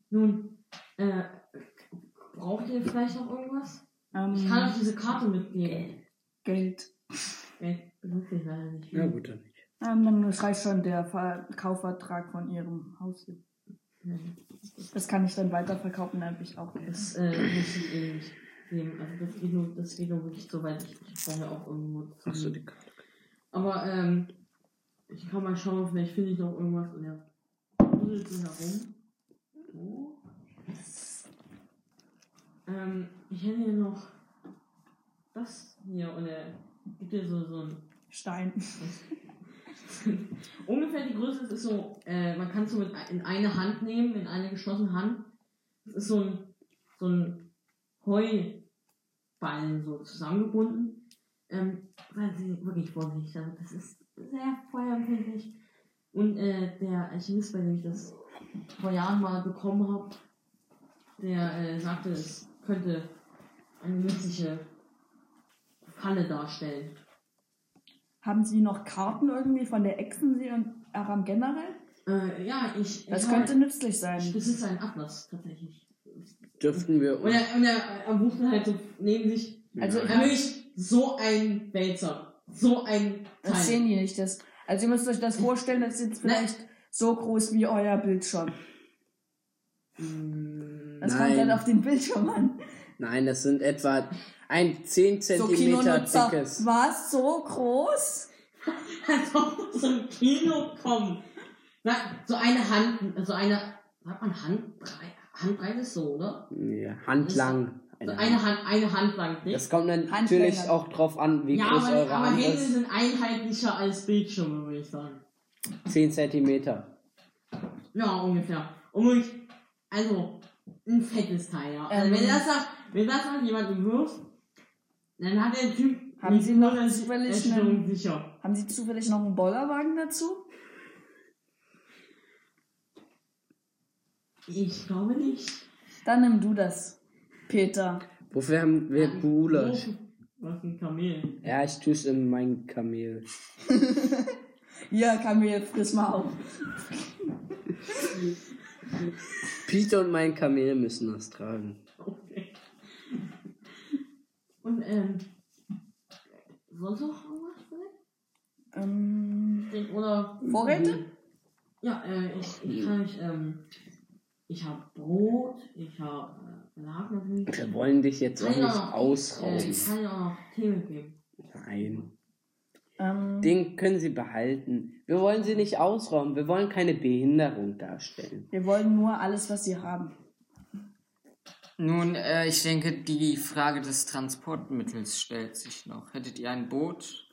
Speaker 1: Nun, äh, braucht ihr vielleicht noch irgendwas?
Speaker 5: Ähm,
Speaker 1: Ich kann euch diese Karte mitgeben. Äh,
Speaker 5: Geld.
Speaker 3: Äh.
Speaker 1: Geld benutze ich leider nicht.
Speaker 6: Ja, gut, dann nicht.
Speaker 5: Ähm, dann das reicht schon der Verkaufvertrag von ihrem Haus. hier. Das kann ich dann weiterverkaufen, dann habe ich auch Geld.
Speaker 1: Das äh, muss ich eh nicht nehmen. Also das geht nur, das geht nur wirklich so weit. Ich, ich brauche ja auch irgendwo zu.
Speaker 6: Achso, die Karte.
Speaker 1: Aber ähm, ich kann mal schauen, vielleicht finde ich noch irgendwas in der Puzzle so herum. So. Ähm, ich hätte hier noch das hier und er gibt dir so, so ein
Speaker 5: Stein.
Speaker 1: Ungefähr die Größe, es ist so, äh, man kann es so mit, ein- in eine Hand nehmen, in eine geschlossene Hand. Es ist so ein, so ein Heuballen so zusammengebunden. Ähm, seien Sie wirklich vorsichtig damit, das ist sehr feuerempfindlich. Und äh, der Alchemist, bei dem ich das vor Jahren mal bekommen habe, der äh, sagte, es könnte eine nützliche Falle darstellen.
Speaker 5: Haben Sie noch Karten irgendwie von der Exensee und Aram generell?
Speaker 1: Äh, ja, ich.
Speaker 5: Das
Speaker 1: ich
Speaker 5: könnte nützlich
Speaker 1: Ich
Speaker 5: sein.
Speaker 1: besitze einen Atlas, tatsächlich.
Speaker 6: Dürften wir
Speaker 1: Und er, und er, er bucht halt so neben sich.
Speaker 5: Also
Speaker 1: Er möchte so ein Wälzer. So ein
Speaker 5: Das
Speaker 1: Teil.
Speaker 5: sehen die nicht. Das, also ihr müsst euch das vorstellen, das ist jetzt vielleicht so groß wie euer Bildschirm. Das kommt
Speaker 6: Mm, Nein.
Speaker 5: dann auf den Bildschirm an.
Speaker 6: Nein, das sind etwa ein 10
Speaker 5: So
Speaker 6: Zentimeter
Speaker 5: Kinonutzer.
Speaker 6: dickes.
Speaker 5: Was? So groß?
Speaker 1: Als ob wir zum Kino kommen. Na, so eine Hand, so eine, sagt man Handbreit? Handbreit ist so, oder?
Speaker 6: Ja, handlang.
Speaker 1: So eine Hand, eine Hand lang, nicht?
Speaker 6: Das kommt dann natürlich
Speaker 5: Handlänge.
Speaker 6: auch drauf an, wie
Speaker 1: ja,
Speaker 6: groß
Speaker 1: aber,
Speaker 6: eure
Speaker 1: aber
Speaker 6: Hand
Speaker 1: Hände
Speaker 6: ist.
Speaker 1: sind einheitlicher als Bildschirme, würde ich sagen.
Speaker 6: 10 Zentimeter.
Speaker 1: Ja, ungefähr. Und wirklich, also, ein fettes Teil, ja. Also,
Speaker 5: Ähm.
Speaker 1: wenn das sagt, wenn das sagt, jemand wirft, dann hat der Typ
Speaker 5: Haben Sie noch ne?
Speaker 1: eine
Speaker 5: zufällig
Speaker 1: Erstellung
Speaker 5: einen-
Speaker 1: sicher.
Speaker 5: Haben Sie zufällig noch einen Bollerwagen dazu?
Speaker 1: Ich glaube nicht.
Speaker 5: Dann nimm du das, Peter.
Speaker 6: Wofür haben wir Gulasch?
Speaker 1: Was ein Kamel.
Speaker 6: Ja, ich tue es in mein Kamel.
Speaker 5: Ja, Kamel, friss mal auf.
Speaker 6: Peter und mein Kamel müssen das tragen.
Speaker 1: Okay. Und, ähm, sonst noch irgendwas vielleicht?
Speaker 5: Ähm,
Speaker 1: Ich- Oder,
Speaker 5: Vorräte?
Speaker 1: ja, äh, ich, ich kann mich, ähm, ich hab Brot, ich hab, äh, Lagen natürlich.
Speaker 6: Wir wollen dich jetzt auch
Speaker 1: Kann
Speaker 6: nicht
Speaker 1: ich auch noch- Äh,
Speaker 6: ausrauben.
Speaker 1: ich kann Ah, ja auch noch Tee mitgeben.
Speaker 6: Nein.
Speaker 5: Ähm,
Speaker 6: Den können sie behalten. Wir wollen sie nicht ausrauben. Wir wollen keine Behinderung darstellen.
Speaker 5: wir wollen nur alles, was Sie haben.
Speaker 3: Nun, äh, ich denke, die Frage des Transportmittels stellt sich noch. Hättet ihr ein Boot?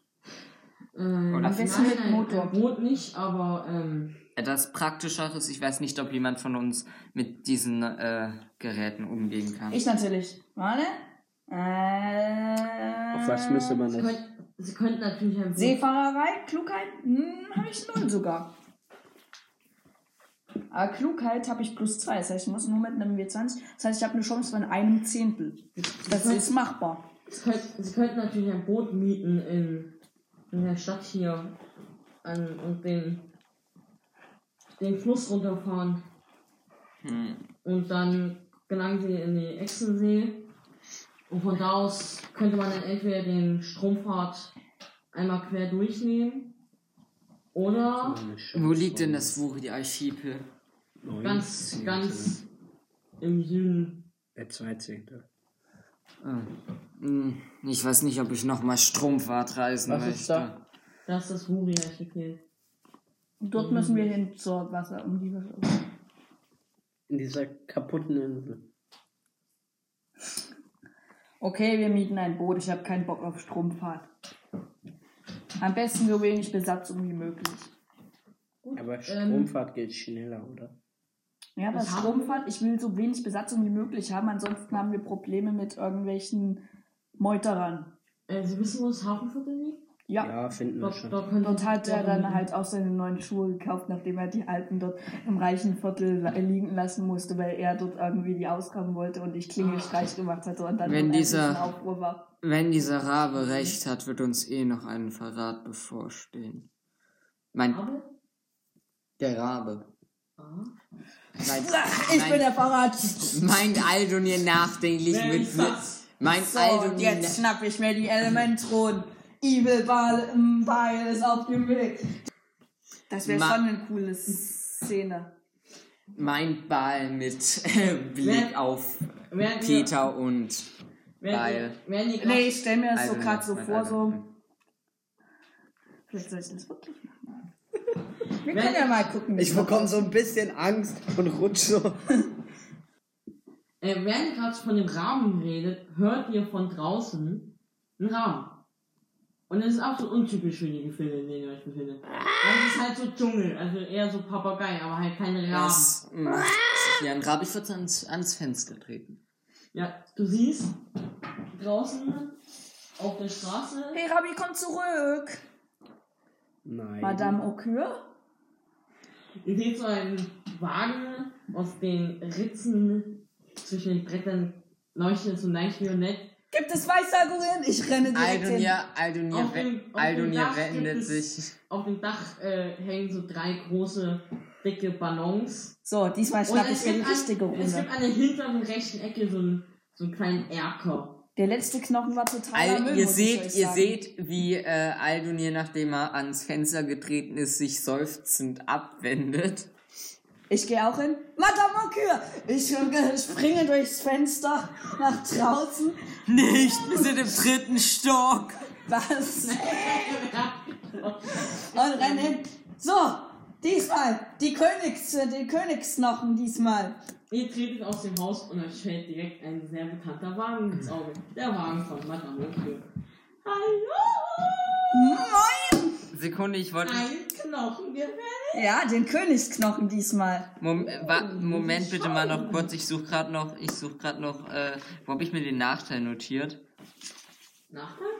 Speaker 1: Ähm,
Speaker 3: Oder
Speaker 5: Am besten mit
Speaker 1: nein,
Speaker 5: Motor.
Speaker 1: nein, Brot nicht, aber ähm,
Speaker 3: Etwas Praktischeres? Ich weiß nicht, ob jemand von uns mit diesen äh, Geräten umgehen kann.
Speaker 5: Ich natürlich. Warte. Äh,
Speaker 6: Auf was müsste man
Speaker 1: sie,
Speaker 6: das?
Speaker 1: könnt, sie könnten natürlich ein Boot.
Speaker 5: Seefahrerei, Äh, Klugheit, hm, habe ich null sogar. Aber Klugheit habe ich plus zwei. Das heißt, ich muss nur mit einem W20. Das heißt, ich habe eine Chance von einem Zehntel. Das ist machbar.
Speaker 1: Sie, könnten, sie könnten natürlich ein Boot mieten in in der Stadt hier an und den, den Fluss runterfahren.
Speaker 3: Hm.
Speaker 1: Und dann gelangen sie in die Echsensee. Und von da aus könnte man dann entweder den Strompfad einmal quer durchnehmen. Oder
Speaker 3: Wo liegt denn das Wuri-Archipel?
Speaker 6: Hm.
Speaker 1: ganz, ganz im Süden.
Speaker 6: Der 12.
Speaker 5: Ah.
Speaker 3: Hm, Ich weiß nicht, ob ich nochmal Strumpfart reisen
Speaker 6: Was ist
Speaker 3: möchte.
Speaker 6: da?
Speaker 1: Das ist das Wuri-Archipel.
Speaker 5: Und dort müssen wir hin zur Wasser, um die Wasser.
Speaker 6: In dieser kaputten Insel.
Speaker 5: Okay, wir mieten ein Boot. Ich habe keinen Bock auf Stromfahrt. Am besten so wenig Besatzung wie möglich.
Speaker 6: Aber
Speaker 1: Ähm,
Speaker 6: Stromfahrt geht schneller, oder?
Speaker 5: Ja, aber
Speaker 1: Was haben
Speaker 5: Stromfahrt, ich will so wenig Besatzung wie möglich haben. Ansonsten haben wir Probleme mit irgendwelchen Meuterern.
Speaker 1: Äh, Sie wissen, wo das Hafenviertel liegt?
Speaker 5: Ja.
Speaker 6: Ja, finden wir
Speaker 1: Dort,
Speaker 6: schon.
Speaker 1: dort können
Speaker 5: Und
Speaker 1: Sie-
Speaker 5: hat er
Speaker 1: dort-
Speaker 5: dann halt auch seine neuen Schuhe gekauft, nachdem er die alten dort im reichen Viertel la- liegen lassen musste, weil er dort irgendwie die ausgraben wollte und ich klingelig reich gemacht hatte und dann
Speaker 3: Wenn
Speaker 5: ein
Speaker 3: dieser-
Speaker 5: bisschen Aufruhr war.
Speaker 3: Wenn dieser Rabe recht hat, wird uns eh noch ein Verrat bevorstehen. Mein.
Speaker 5: Ah.
Speaker 1: Rabe?
Speaker 3: Der Rabe.
Speaker 1: Ah.
Speaker 3: Mein,
Speaker 5: Ich
Speaker 3: mein,
Speaker 5: bin der Verrat.
Speaker 3: meint Aldonir nachdenklich mit mir. Meint
Speaker 5: So, und
Speaker 3: Aldonir.
Speaker 5: jetzt schnapp ich mir die Elementron. Evil Ball, mm, Ball ist auf dem Weg. Das wäre
Speaker 3: Ma-
Speaker 5: schon eine coole Szene.
Speaker 3: Mein Ball mit äh, Blick
Speaker 1: Wer-
Speaker 3: auf
Speaker 1: Während ihr-
Speaker 3: Peter und Ball.
Speaker 1: während ihr- während ihr
Speaker 5: Nee, ich stelle mir das so
Speaker 3: Aldonir,
Speaker 5: gerade so
Speaker 3: Also, mein
Speaker 5: vor, so.
Speaker 3: Aldonir.
Speaker 5: Vielleicht soll ich das wirklich machen. Wir können ja mal gucken.
Speaker 6: Ich bekomme so ein bisschen Angst und rutsche so.
Speaker 1: Äh, während ihr gerade von dem Rahmen redet, hört ihr von draußen einen Rahmen. Und das ist absolut untypisch für die Gefilde, in denen ihr euch befindet. Also es ist halt so Dschungel, also eher so Papagei, aber halt keine Rahmen.
Speaker 3: Das macht Jan Rabe. Ich würde ans, ans Fenster treten.
Speaker 1: Ja, du siehst draußen auf der Straße
Speaker 5: Hey, Rabbi, komm zurück.
Speaker 6: Nein.
Speaker 5: Madame Okür?
Speaker 1: Ihr seht so einen Wagen aus den Ritzen zwischen den Brettern leuchtet so leicht violett.
Speaker 5: Gibt es Weißsagurin? Ich renne direkt hin.
Speaker 3: Aldonir, Aldonir,
Speaker 1: Auf dem-
Speaker 3: we-
Speaker 1: auf dem
Speaker 3: Aldonir
Speaker 1: Dach
Speaker 3: wendet
Speaker 1: gibt es-
Speaker 3: sich.
Speaker 1: Auf dem Dach äh, hängen so drei große, dicke Ballons.
Speaker 5: So, diesmal
Speaker 1: Und
Speaker 5: schnapp ich mir die richtige
Speaker 1: an, es gibt
Speaker 5: Runde.
Speaker 1: an der hinteren rechten Ecke so einen, so einen kleinen Erker.
Speaker 5: Der letzte Knochen war totaler
Speaker 3: Al
Speaker 5: Müll,
Speaker 3: ihr
Speaker 5: muss ich euch
Speaker 3: seht, ihr
Speaker 5: sagen.
Speaker 3: seht, wie äh, Aldonir, nachdem er ans Fenster getreten ist, sich seufzend abwendet.
Speaker 5: Ich gehe auch hin. Madame Okür! Ich äh, springe durchs Fenster nach draußen.
Speaker 3: Nicht, wir sind im dritten Stock.
Speaker 5: Was? Und renne hin. So, diesmal die Königs, den Königsknochen diesmal.
Speaker 1: Ihr tretet aus dem Haus und euch fällt direkt ein sehr bekannter Wagen ins Auge. Der Wagen von Madame Lefleur. Hallo!
Speaker 5: Moin!
Speaker 3: Sekunde, ich wollte.
Speaker 1: Ein Knochen, wir werden...
Speaker 5: Ja, den Königsknochen diesmal.
Speaker 3: Mom äh, wa-
Speaker 5: Oh,
Speaker 3: Moment bitte mal noch kurz. Ich suche gerade noch. Ich suche gerade noch. Äh, wo habe ich mir den Nachteil notiert?
Speaker 1: Nachteil?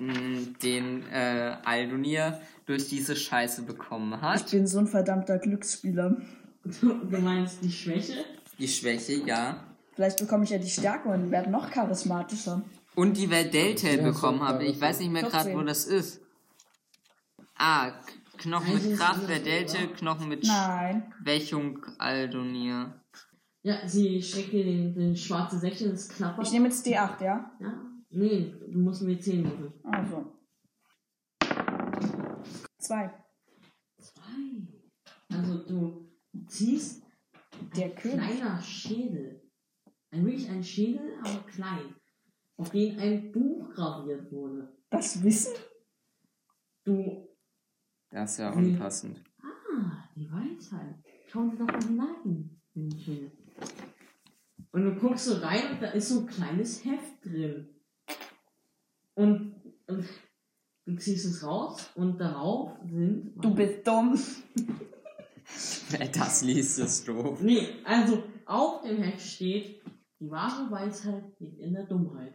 Speaker 3: Mm, Den äh, Aldonir durch diese Scheiße bekommen
Speaker 5: Ich
Speaker 3: hat.
Speaker 5: bin so ein verdammter Glücksspieler.
Speaker 1: Du, du meinst die Schwäche?
Speaker 3: Die Schwäche, ja.
Speaker 5: Vielleicht bekomme ich ja die Stärke und werde noch charismatischer.
Speaker 3: Und die Welt Delta bekommen habe. Ich weiß nicht mehr gerade,
Speaker 5: 14.
Speaker 3: wo das ist. Ah, K- Knochen mit Kraft, Welt Delta, Knochen mit
Speaker 5: Nein.
Speaker 3: Schwächung, Aldonir.
Speaker 1: Ja, sie streckt dir den, den schwarzen Säckchen, das klappert.
Speaker 5: Ich nehme jetzt D8, ja?
Speaker 1: ja? Nee, du musst mir 10 machen.
Speaker 5: Also. Zwei.
Speaker 1: Zwei. Also du ziehst
Speaker 5: Der
Speaker 1: ein
Speaker 5: König.
Speaker 1: kleiner Schädel. Ein, wirklich ein Schädel, aber klein. Auf den ein Buch graviert wurde.
Speaker 5: Das Wissen?
Speaker 1: Du,
Speaker 3: Das ist ja
Speaker 1: Hm.
Speaker 3: unpassend.
Speaker 1: ah, die Weisheit. Schauen Sie doch mal hinein in den Schädel. Und du guckst so rein und da ist so ein kleines Heft drin. Und, und du ziehst es raus und darauf sind...
Speaker 5: Du bist dumm.
Speaker 3: Wer das liest, ist doof.
Speaker 1: Nee, also auf dem Heft steht, die wahre Weisheit liegt in der Dummheit.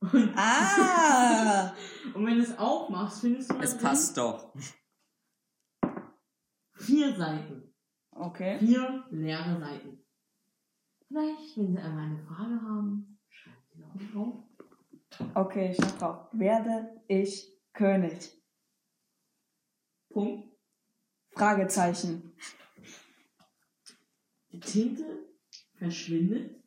Speaker 1: Und,
Speaker 5: Ah!
Speaker 1: und wenn du es aufmachst, findest du da
Speaker 5: Mhm.
Speaker 3: Es
Speaker 1: drin
Speaker 3: passt doch.
Speaker 1: vier Seiten.
Speaker 5: Okay.
Speaker 1: Vier leere Seiten. Vielleicht, wenn sie einmal eine Frage haben, schreibt sie auch drauf.
Speaker 5: Okay, ich mach drauf. Werde ich König?
Speaker 9: Punkt.
Speaker 5: Fragezeichen.
Speaker 1: Die Tinte verschwindet,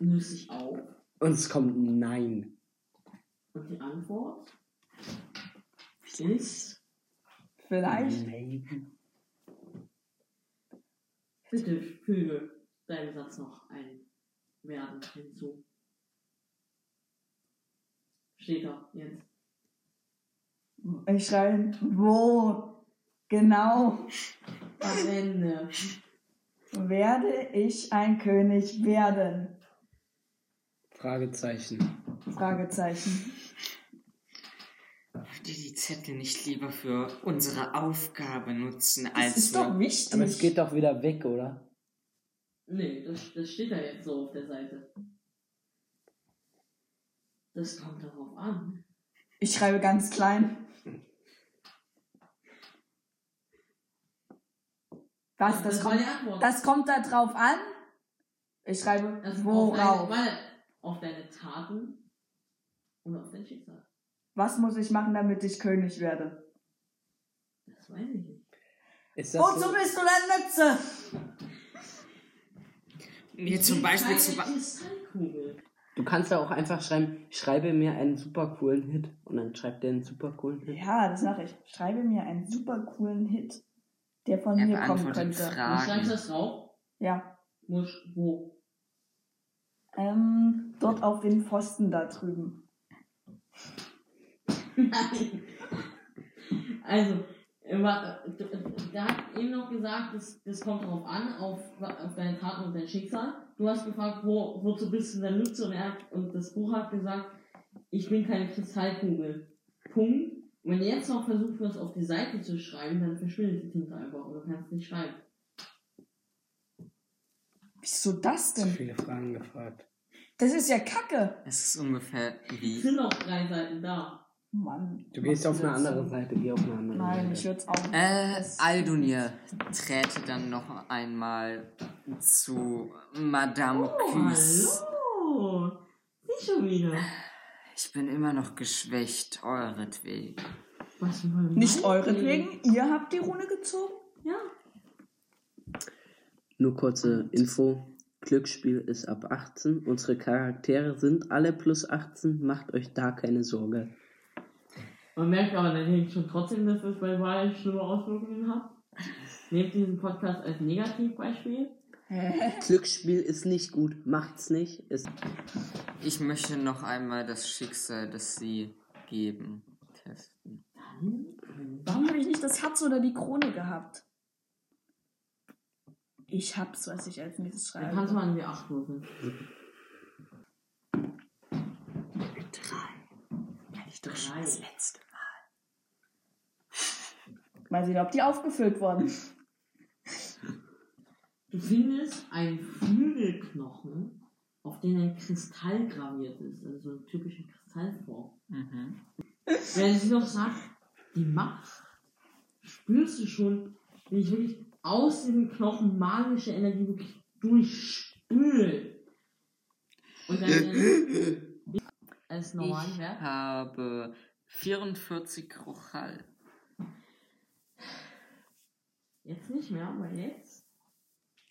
Speaker 1: löst sich auf
Speaker 6: Und es kommt ein Nein.
Speaker 1: und die Antwort ist
Speaker 5: Vielleicht?
Speaker 6: Nein.
Speaker 1: bitte füge deinen Satz noch ein werden hinzu. Steht da jetzt.
Speaker 6: Mhm.
Speaker 5: Ich schreibe hin, wo genau
Speaker 1: Am Ende.
Speaker 5: werde ich ein König werden?
Speaker 6: Fragezeichen.
Speaker 5: Fragezeichen.
Speaker 3: Könnt ihr die Zettel nicht lieber für unsere Aufgabe nutzen, als
Speaker 5: Das ist
Speaker 3: für...
Speaker 5: doch wichtig.
Speaker 6: Aber es geht doch wieder weg, oder?
Speaker 1: Nee, das, das steht da jetzt so auf der Seite. Das kommt darauf an.
Speaker 5: Ich schreibe ganz klein. Was, das,
Speaker 1: war die
Speaker 5: kommt,
Speaker 1: Antwort.
Speaker 5: das kommt da drauf an? Ich schreibe,
Speaker 1: Also Auf
Speaker 5: worauf?
Speaker 1: deine, meine, auf deine Taten und auf dein Schicksal.
Speaker 5: Was muss ich machen, damit ich König werde?
Speaker 1: Das weiß ich nicht.
Speaker 6: Ist das
Speaker 5: Wozu
Speaker 6: so?
Speaker 5: bist du denn Mütze?
Speaker 3: Mir zum Beispiel zu... ba-
Speaker 1: Kristallkugel.
Speaker 6: Du kannst ja auch einfach schreiben, schreibe mir einen super coolen Hit. Und dann schreibt er einen super coolen Hit.
Speaker 5: Ja, das mache ich. Schreibe mir einen super coolen Hit, der von
Speaker 3: Er
Speaker 5: mir kommen
Speaker 3: beantwortet
Speaker 5: könnte.
Speaker 1: Du schreibst
Speaker 3: Fragen.
Speaker 1: das drauf.
Speaker 5: Ja.
Speaker 1: Muss, wo?
Speaker 5: Ähm, dort auf den Pfosten da drüben.
Speaker 1: Nein. Also, äh, wa- d- da hat eben noch gesagt, das, das kommt darauf an, auf, auf deine Taten und dein Schicksal. Du hast gefragt, wo, wozu bist du denn Nütze? Und, er hat, und das Buch hat gesagt, ich bin keine Kristallkugel. Punkt. Und wenn du jetzt noch versuchst, was auf die Seite zu schreiben, dann verschwindet die Tinte einfach und du kannst nicht schreiben.
Speaker 5: Wieso das
Speaker 6: Zu
Speaker 5: denn?
Speaker 6: viele Fragen gefragt.
Speaker 5: Das ist ja Kacke.
Speaker 3: Es ist ungefähr
Speaker 1: Es
Speaker 3: wie...
Speaker 1: sind noch drei Seiten da.
Speaker 5: Mann.
Speaker 6: Du gehst auf eine
Speaker 5: Blödsinn.
Speaker 6: andere Seite, geh auf eine andere
Speaker 5: Nein, ich
Speaker 6: Seite.
Speaker 5: würde es auch nicht.
Speaker 3: Äh,
Speaker 5: Das-
Speaker 3: Aldonir träte dann noch einmal zu Madame
Speaker 5: Oh,
Speaker 3: Küss.
Speaker 1: hallo! Sie schon wieder.
Speaker 3: Ich bin immer noch geschwächt, euretwegen.
Speaker 1: Was wollen wir
Speaker 5: Nicht
Speaker 1: machen?
Speaker 5: euretwegen, ihr habt die Rune gezogen?
Speaker 1: Ja.
Speaker 6: Nur kurze Info. Glücksspiel ist ab 18. Unsere Charaktere sind alle plus 18. Macht euch da keine Sorge.
Speaker 1: Man merkt aber natürlich schon trotzdem, dass das bei Wahlen schlimme Auswirkungen hat. Nehmt diesen Podcast als Negativbeispiel.
Speaker 6: Glücksspiel ist nicht gut. Macht's nicht. Ist
Speaker 3: Ich möchte noch einmal das Schicksal, das sie geben, testen.
Speaker 5: Warum habe ich nicht das Herz oder die Krone gehabt? Ich hab's, was ich als nächstes
Speaker 1: Dann kannst
Speaker 5: schreibe.
Speaker 1: du mal an die 8 würfeln.
Speaker 3: Ich doch schon das letzte.
Speaker 5: Mal sehen, ob die aufgefüllt wurden.
Speaker 1: Du findest einen Flügelknochen, auf den ein Kristall graviert ist. Also so eine typische Kristallform.
Speaker 3: Mhm.
Speaker 1: Wenn sie noch sagt, die Macht, spürst du schon, wie ich wirklich aus diesem Knochen magische Energie wirklich durchspült. Und dann äh, als normalen
Speaker 3: Ich
Speaker 1: Wert.
Speaker 3: habe 44 Krochal.
Speaker 1: Jetzt nicht mehr, aber jetzt.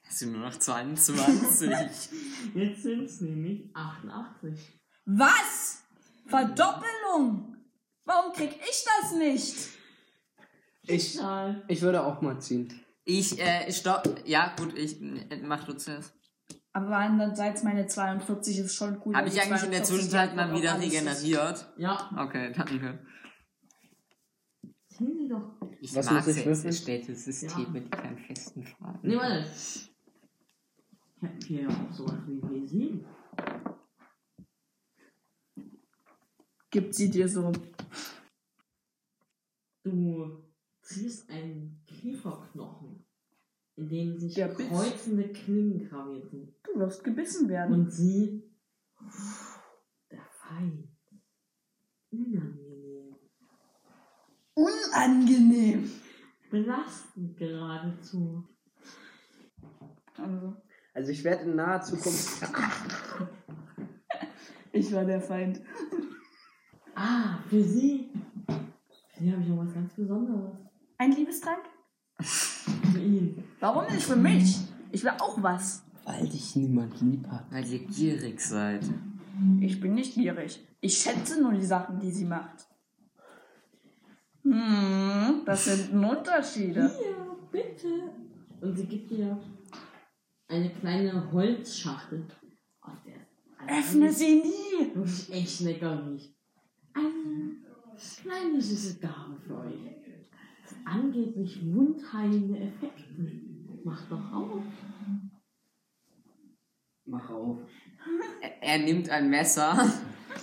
Speaker 3: Es sind nur noch 22.
Speaker 1: Jetzt sind es nämlich 88.
Speaker 5: Was? Verdoppelung? Warum krieg ich das nicht?
Speaker 6: ich,
Speaker 1: Total.
Speaker 6: ich würde auch mal ziehen.
Speaker 3: ich, äh, stopp. Ja, gut, ich äh, mach du zuerst.
Speaker 5: Aber andererseits, meine 42 ist schon cool.
Speaker 3: Habe
Speaker 5: weil
Speaker 3: ich
Speaker 5: die
Speaker 3: eigentlich in der
Speaker 5: 42
Speaker 3: Zwischenzeit mal
Speaker 5: auch
Speaker 3: wieder
Speaker 5: alles ist.
Speaker 3: regeneriert?
Speaker 1: Ja,
Speaker 3: Okay, danke.
Speaker 1: ziehen Sie doch.
Speaker 3: Ich
Speaker 6: Was
Speaker 3: mag
Speaker 6: muss ich würfeln?
Speaker 3: selbstgestellte
Speaker 1: Ja.
Speaker 3: Systeme, die keinen festen Faden
Speaker 1: Nee, warte. Ich hab hier ja auch sowas wie W7.
Speaker 5: Gibt sie dir so.
Speaker 1: Du ziehst einen Käferknochen, in dem sich
Speaker 5: Der Biss.
Speaker 1: kreuzende Klingen graviert sind.
Speaker 5: Du wirst gebissen werden.
Speaker 1: Und sie. Der Feind. Unangenehm.
Speaker 5: Unangenehm.
Speaker 1: Belastend geradezu.
Speaker 5: Also,
Speaker 6: Also ich werde in naher Zukunft
Speaker 5: Ich war der Feind.
Speaker 1: Ah, für sie. Für sie habe ich noch was ganz Besonderes.
Speaker 5: Ein Liebestrank?
Speaker 1: Für ihn.
Speaker 5: Warum nicht für mich? Ich will auch was.
Speaker 6: Weil dich niemand lieb hat.
Speaker 3: Weil ihr gierig seid.
Speaker 5: Ich bin nicht gierig. Ich schätze nur die Sachen, die sie macht. Hm, das sind Unterschiede.
Speaker 1: Ja, bitte. Und sie gibt ihr eine kleine Holzschachtel. Oh, der
Speaker 5: Öffne sie nie!
Speaker 1: Wirklich echt lecker riecht. Eine kleine süße Gabe für euch. Das angeblich wundheilende Effekte. Macht doch auf.
Speaker 6: Mach auf.
Speaker 3: Er, er nimmt ein Messer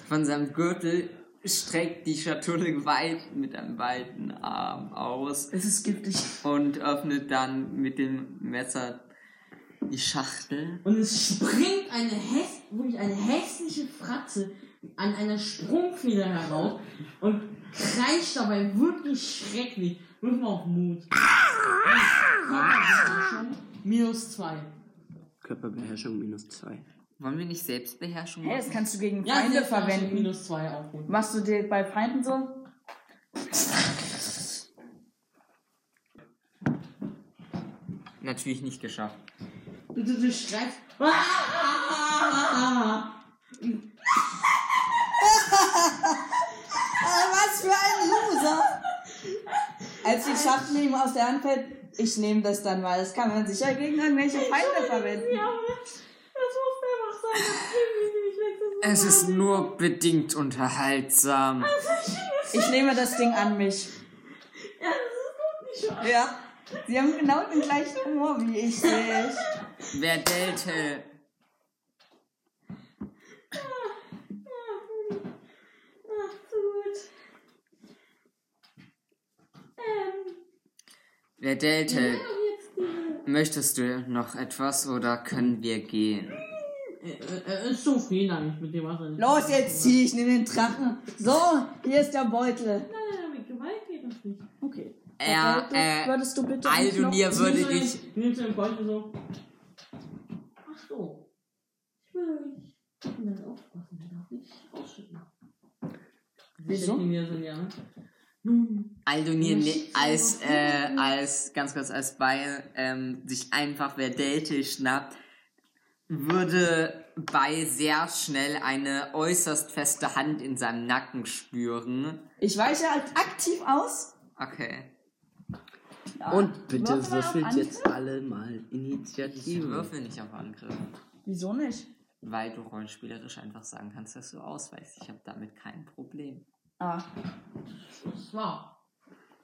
Speaker 3: von seinem Gürtel, streckt die Schatulle weit mit einem weiten Arm aus
Speaker 5: Es ist giftig.
Speaker 3: und öffnet dann mit dem Messer die Schachtel.
Speaker 1: Und es springt eine, häss wirklich eine hässliche Fratze an einer Sprungfeder heraus und kreischt dabei wirklich schrecklich. Ruf mal auf Mut. Schon Minus zwei.
Speaker 6: Körperbeherrschung minus zwei.
Speaker 3: Wollen wir nicht Selbstbeherrschung
Speaker 5: Hey, das
Speaker 3: machen?
Speaker 5: kannst du gegen
Speaker 1: Ja,
Speaker 5: Feinde
Speaker 1: hier verwenden.
Speaker 5: verwenden.
Speaker 1: Minus zwei auch gut.
Speaker 5: Machst du dir bei Feinden so?
Speaker 3: Natürlich nicht geschafft.
Speaker 1: Und du, du schreibst. Ah!
Speaker 10: Was für ein Loser! Als die Schachtel ihm aus der Hand fällt, ich nehme das dann mal. Das kann man sicher gegen irgendwelche Feinde verwenden.
Speaker 3: Es ist nur bedingt unterhaltsam.
Speaker 10: Ich nehme das Ding an mich. Ja, sie haben genau den gleichen Humor wie ich, sehe ich.
Speaker 3: Wer delte? Wer delte? Möchtest du noch etwas oder können wir gehen?
Speaker 1: Er er äh, ist so viel eigentlich mit dem, was er
Speaker 10: Los, jetzt zieh ich, nimm den Drachen. So, hier ist der Beutel.
Speaker 1: Nein, mit Gewalt geht das nicht.
Speaker 10: Okay.
Speaker 3: Er,
Speaker 10: Aldo,
Speaker 3: äh,
Speaker 10: würdest du bitte.
Speaker 3: Aldonir würde
Speaker 1: Nimmst du
Speaker 3: dich.
Speaker 1: den- Nimmst du den Beutel so. Ach so. Ich will nicht. Ich will dann aufpassen, ich darf nicht ausschütten.
Speaker 10: Wieso?
Speaker 1: Ich mir so in die Hand. Nun,
Speaker 3: Aldonir,
Speaker 1: Man
Speaker 3: ne-
Speaker 1: schiebt sie
Speaker 3: als,
Speaker 1: einfach
Speaker 3: äh,
Speaker 1: hin.
Speaker 3: als, ganz kurz, als Beil, ähm, sich einfach wer Delte schnappt, würde bei sehr schnell eine äußerst feste Hand in seinem Nacken spüren.
Speaker 10: Ich weiche halt aktiv aus.
Speaker 3: Okay.
Speaker 6: Und bitte
Speaker 5: Würfel auf
Speaker 6: würfelt
Speaker 5: Angriff?
Speaker 6: jetzt alle mal
Speaker 3: Ich
Speaker 6: Initiative.
Speaker 3: würfel nicht auf Angriff,
Speaker 5: Wieso nicht?
Speaker 3: weil du rollenspielerisch einfach sagen kannst, dass du ausweichst. Ich habe damit kein Problem.
Speaker 5: Ah.
Speaker 1: das war.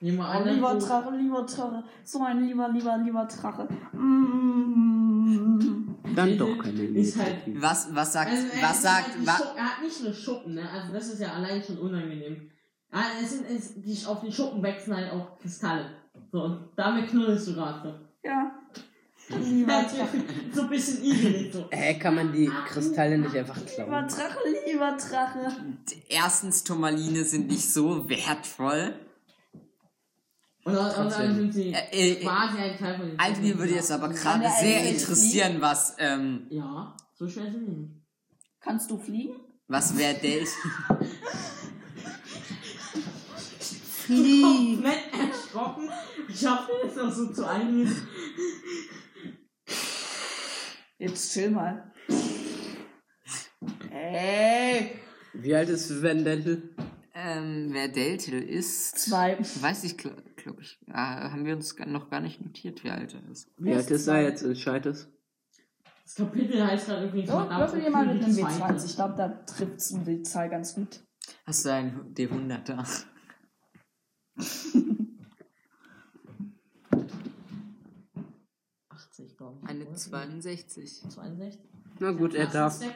Speaker 1: Nehmen wir
Speaker 5: Oh,
Speaker 1: an,
Speaker 5: lieber
Speaker 1: dass du-
Speaker 5: Drache, lieber Drache. So ein lieber, lieber, lieber Drache. Mm.
Speaker 6: Dann doch keine
Speaker 1: Ist halt-
Speaker 6: Initiative.
Speaker 3: Was, was sagt,
Speaker 1: Also, er
Speaker 3: was
Speaker 1: ist
Speaker 3: sagt,
Speaker 1: halt nicht
Speaker 3: wa
Speaker 1: Schuppen, er hat nicht nur Schuppen, ne? Also das ist ja allein schon unangenehm. Ah, es sind, es, die, auf den Schuppen wachsen halt auch Kristalle. So, und damit knuddelst du gerade
Speaker 5: Ja.
Speaker 1: so.
Speaker 5: Lieber Drache,
Speaker 1: so ein bisschen igelig so.
Speaker 6: Hä, kann man die Kristalle nicht einfach
Speaker 5: lieber
Speaker 6: klauen?
Speaker 5: Drache, lieber Drache.
Speaker 3: erstens, Turmaline sind nicht so wertvoll.
Speaker 1: Und, und, und dann sind sie
Speaker 3: Äh, äh, äh,
Speaker 1: quasi ein Teil von den
Speaker 3: Also mir
Speaker 1: genau.
Speaker 3: würde jetzt aber
Speaker 1: krass.
Speaker 3: gerade
Speaker 5: der
Speaker 3: sehr
Speaker 5: Elbe
Speaker 3: interessieren, was, ähm,
Speaker 1: Ja, so schwer sind die nicht.
Speaker 5: Kannst du fliegen?
Speaker 3: was wäre Date?
Speaker 1: Komplett erschrocken. Ich hab mir das noch so zu einigen.
Speaker 5: Jetzt chill mal. Ey.
Speaker 6: Wie alt ist Vendel?
Speaker 3: ähm, wer Deltel ist?
Speaker 5: Zwei.
Speaker 3: Weiß ich, glaube glaub ich. Ah, haben wir uns gar- noch gar nicht notiert, wie alt er ist.
Speaker 6: Wie alt ist er jetzt? Entscheidet es.
Speaker 1: Das Kapitel heißt halt dann übrigens
Speaker 5: So, Oh, würfel dir mal mit einem
Speaker 1: dem
Speaker 5: W20. Ich glaube, da trifft's ein W2 ganz gut.
Speaker 3: Hast du einen D100 da?
Speaker 1: glaube ich.
Speaker 3: Eine
Speaker 1: Oder?
Speaker 3: 62.
Speaker 1: 62.
Speaker 6: Na gut, er darf,
Speaker 1: Stack.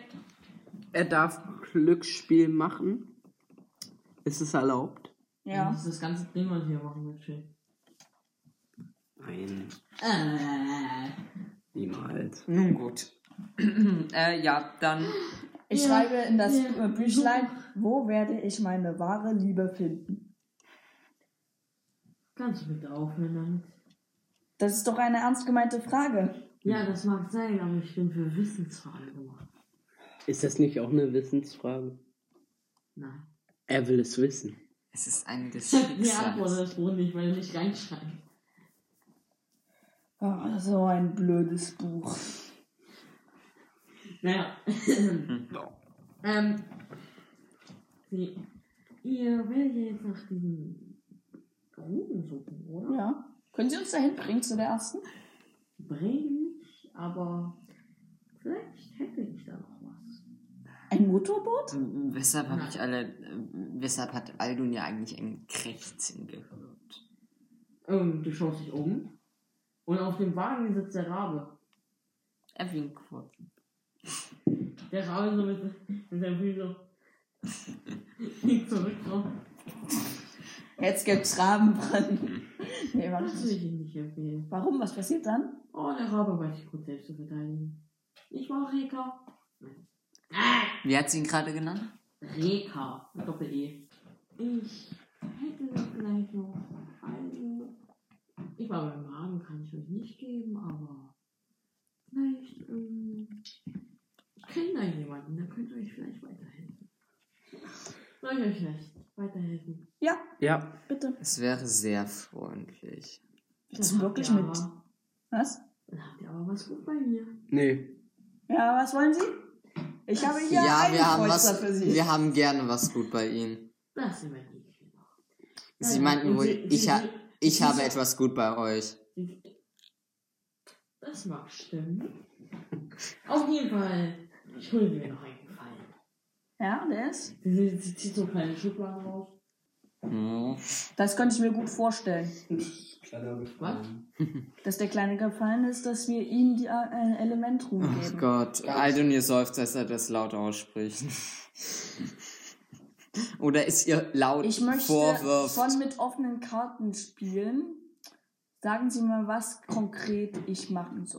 Speaker 6: er darf Glücksspiel machen. Ist es erlaubt?
Speaker 1: Ja.
Speaker 5: Ja.
Speaker 1: Das ganze Ding, was wir machen, wird schön.
Speaker 6: Nein,
Speaker 1: Äh.
Speaker 6: niemals.
Speaker 3: Nun gut. äh, ja, dann.
Speaker 5: Ich schreibe in das äh, Büchlein, wo werde ich meine wahre Liebe finden?
Speaker 1: Kannst du bitte aufhören damit?
Speaker 5: Das ist doch eine ernst gemeinte Frage.
Speaker 1: Ja, das mag sein, aber ich bin für Wissensfragen gemacht.
Speaker 6: Ist das nicht auch eine Wissensfrage?
Speaker 1: Nein.
Speaker 6: Er will es wissen.
Speaker 3: Es ist eine des
Speaker 1: Die Antwort
Speaker 3: Schicksals.
Speaker 1: ist wohl nicht, weil er nicht reinschreibt.
Speaker 5: Oh, so ein blödes Buch.
Speaker 1: Naja.
Speaker 3: Hm.
Speaker 1: ähm, sie, ihr werdet ja jetzt nach diesen Ruben suchen, oder?
Speaker 5: Ja. Können Sie uns dahin bringen zu der ersten?
Speaker 1: Bringen nicht, aber vielleicht hätte ich da noch was.
Speaker 5: Ein Motorboot?
Speaker 3: Weshalb habe ich alle. äh, Weshalb hat Aldun ja eigentlich ein Krächzen gehört?
Speaker 1: Ähm, du schaust dich um und auf dem Wagen sitzt der Rabe.
Speaker 3: Erwin Kurz.
Speaker 1: Der Rabe so mit, mit seinem Füße so liegt zurück drauf.
Speaker 10: Jetzt gibt's Rabenbrennen.
Speaker 5: Nee, warte.
Speaker 1: Das würde ich Ihnen nicht empfehlen.
Speaker 5: Warum? Was passiert dann?
Speaker 1: Oh, der Rabe weiß sich gut selbst zu verteidigen. Ich war Reka.
Speaker 3: Wie hat sie ihn gerade genannt?
Speaker 1: Reka. mit Doppel-E. Ich hätte da vielleicht noch eine. Ich war beim Magen, kann ich euch nicht geben, aber vielleicht, ähm, ich kenne da jemanden, da könnt ihr euch vielleicht weiterhelfen. Soll ich euch vielleicht weiterhelfen?
Speaker 6: Ja.
Speaker 5: Bitte.
Speaker 3: Es wäre sehr freundlich.
Speaker 5: Willst
Speaker 1: Dann
Speaker 5: du
Speaker 1: habt
Speaker 5: wirklich
Speaker 1: ihr
Speaker 5: mit?
Speaker 1: aber-
Speaker 5: Was?
Speaker 1: Dann habt ihr aber was gut bei mir.
Speaker 6: Nee.
Speaker 5: Ja, was wollen Sie? Ich habe hier
Speaker 3: Ja,
Speaker 5: einen
Speaker 3: wir haben
Speaker 5: Kreuzer
Speaker 3: was.
Speaker 5: für Sie.
Speaker 3: Wir haben gerne was gut bei Ihnen.
Speaker 1: Das sind meine Ideen.
Speaker 3: Sie
Speaker 1: Ja,
Speaker 3: meinten
Speaker 1: und
Speaker 3: wohl,
Speaker 1: sie-
Speaker 3: ich,
Speaker 1: sie-
Speaker 3: ha
Speaker 1: sie-
Speaker 3: ich
Speaker 1: sie-
Speaker 3: habe
Speaker 1: sie-
Speaker 3: etwas gut bei euch.
Speaker 1: Das mag stimmen. Auf jeden Fall, ich hole mir noch einen Gefallen.
Speaker 5: Ja, der ist.
Speaker 1: Sie, sie zieht so kleine Schubladen raus.
Speaker 3: Hm.
Speaker 5: Das könnte ich mir gut vorstellen.
Speaker 1: Was?
Speaker 5: Dass der Kleine gefallen ist, dass wir ihm die äh, Elementruhe
Speaker 3: Oh
Speaker 5: geben.
Speaker 3: Gott, Aldonir seufzt, als er das laut ausspricht. Oder ist ihr laut
Speaker 5: Ich möchte
Speaker 3: vorwirft?
Speaker 5: schon mit offenen Karten spielen. Sagen Sie mal, was konkret ich machen soll.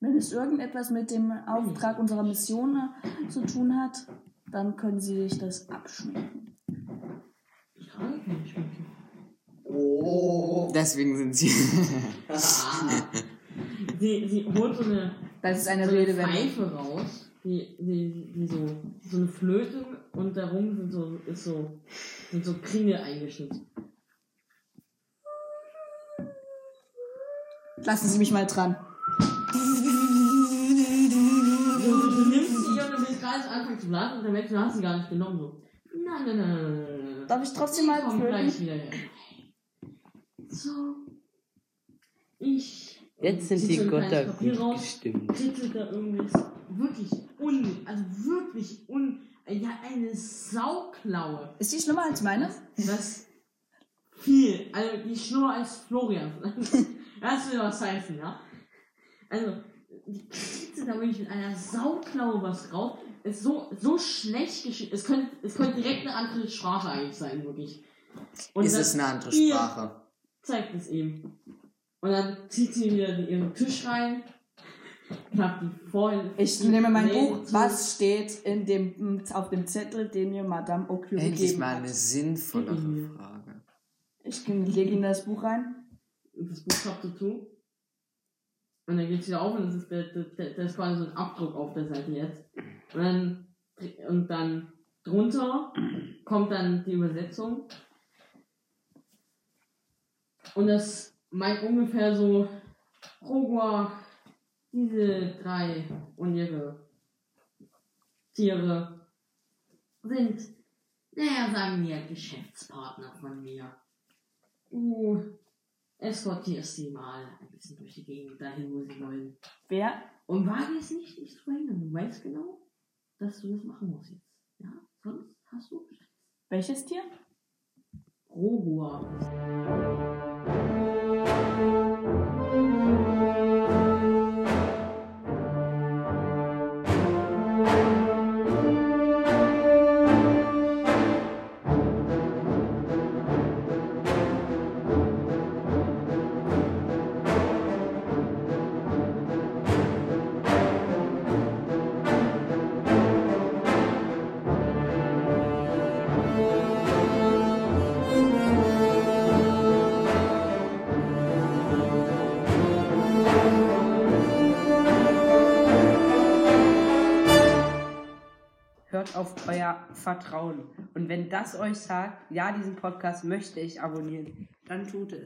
Speaker 5: Wenn es irgendetwas mit dem
Speaker 10: Hm.
Speaker 5: Auftrag unserer Mission äh, zu tun hat, dann können Sie sich das abschminken.
Speaker 1: Ich trage keine Schminke.
Speaker 3: Oh. Deswegen sind sie.
Speaker 1: Ah. Sie, sie holt so eine,
Speaker 10: Das ist
Speaker 1: so
Speaker 10: eine
Speaker 1: eine
Speaker 10: Rede, wenn
Speaker 1: Pfeife raus, die, die, die so, so eine Flöte und darum sind so, ist so, sind so Kringel eingeschnitten.
Speaker 10: Lassen Sie mich mal dran.
Speaker 1: Und du nimmst sie und du willst gar nicht anfangen zu blasen und dann merkst du, du hast sie gar nicht genommen. So. Nein, nein, nein, nein, nein, nein, nein.
Speaker 5: Darf ich trotzdem mal
Speaker 1: Komm gleich
Speaker 5: würfeln?
Speaker 1: wieder her. So. Ich.
Speaker 6: Jetzt sind
Speaker 1: Zieht so
Speaker 6: die
Speaker 1: ein
Speaker 6: Götter
Speaker 1: kleines Papier
Speaker 6: gut
Speaker 1: raus,
Speaker 6: gestimmt.
Speaker 1: kritzelt da irgendwas wirklich un. Also wirklich un. Ja, eine Sauklaue.
Speaker 5: Ist die schlimmer als meine?
Speaker 1: Das. Viel. Also, die schnurr als Florian. Das will was heißen, ja? Also, die kritzelt da wirklich mit einer Sauklaue was drauf. Ist so, so schlecht geschrieben. Es könnte, es könnte direkt eine andere Sprache eigentlich sein, wirklich. Und
Speaker 3: ist
Speaker 1: das-
Speaker 3: es eine andere
Speaker 1: Ihr-
Speaker 3: Sprache?
Speaker 1: zeigt es ihm. Und dann zieht sie ihn wieder in ihren Tisch rein. Klappt die vorhin.
Speaker 10: Ich nehme mein
Speaker 1: Nee,
Speaker 10: Buch.
Speaker 1: zu-
Speaker 10: Was steht in dem, auf dem Zettel, den mir Madame Okyo
Speaker 3: Endlich
Speaker 10: gegeben
Speaker 3: mal
Speaker 10: hat?
Speaker 3: eine sinnvollere
Speaker 1: Mhm.
Speaker 3: Frage.
Speaker 10: Ich lege Ihnen das Buch rein.
Speaker 1: Und das Buch klappt so zu. Und dann geht es wieder auf und es ist, der, der, der, da ist quasi so ein Abdruck auf der Seite jetzt. Und dann, und dann drunter kommt dann die Übersetzung. Und das meint ungefähr so, Rogua, diese drei und ihre Tiere sind, naja, sagen wir, Geschäftspartner von mir. Uh, Du eskortierst sie mal ein bisschen durch die Gegend, dahin, wo sie wollen.
Speaker 5: Wer?
Speaker 1: Und wage es nicht, dich zu verhindern. Du weißt genau, dass du das machen musst jetzt. Ja? Sonst hast du
Speaker 5: Welches Tier?
Speaker 1: Rogua.
Speaker 11: hört auf euer Vertrauen. Und wenn das euch sagt, ja, diesen Podcast möchte ich abonnieren, dann tut es.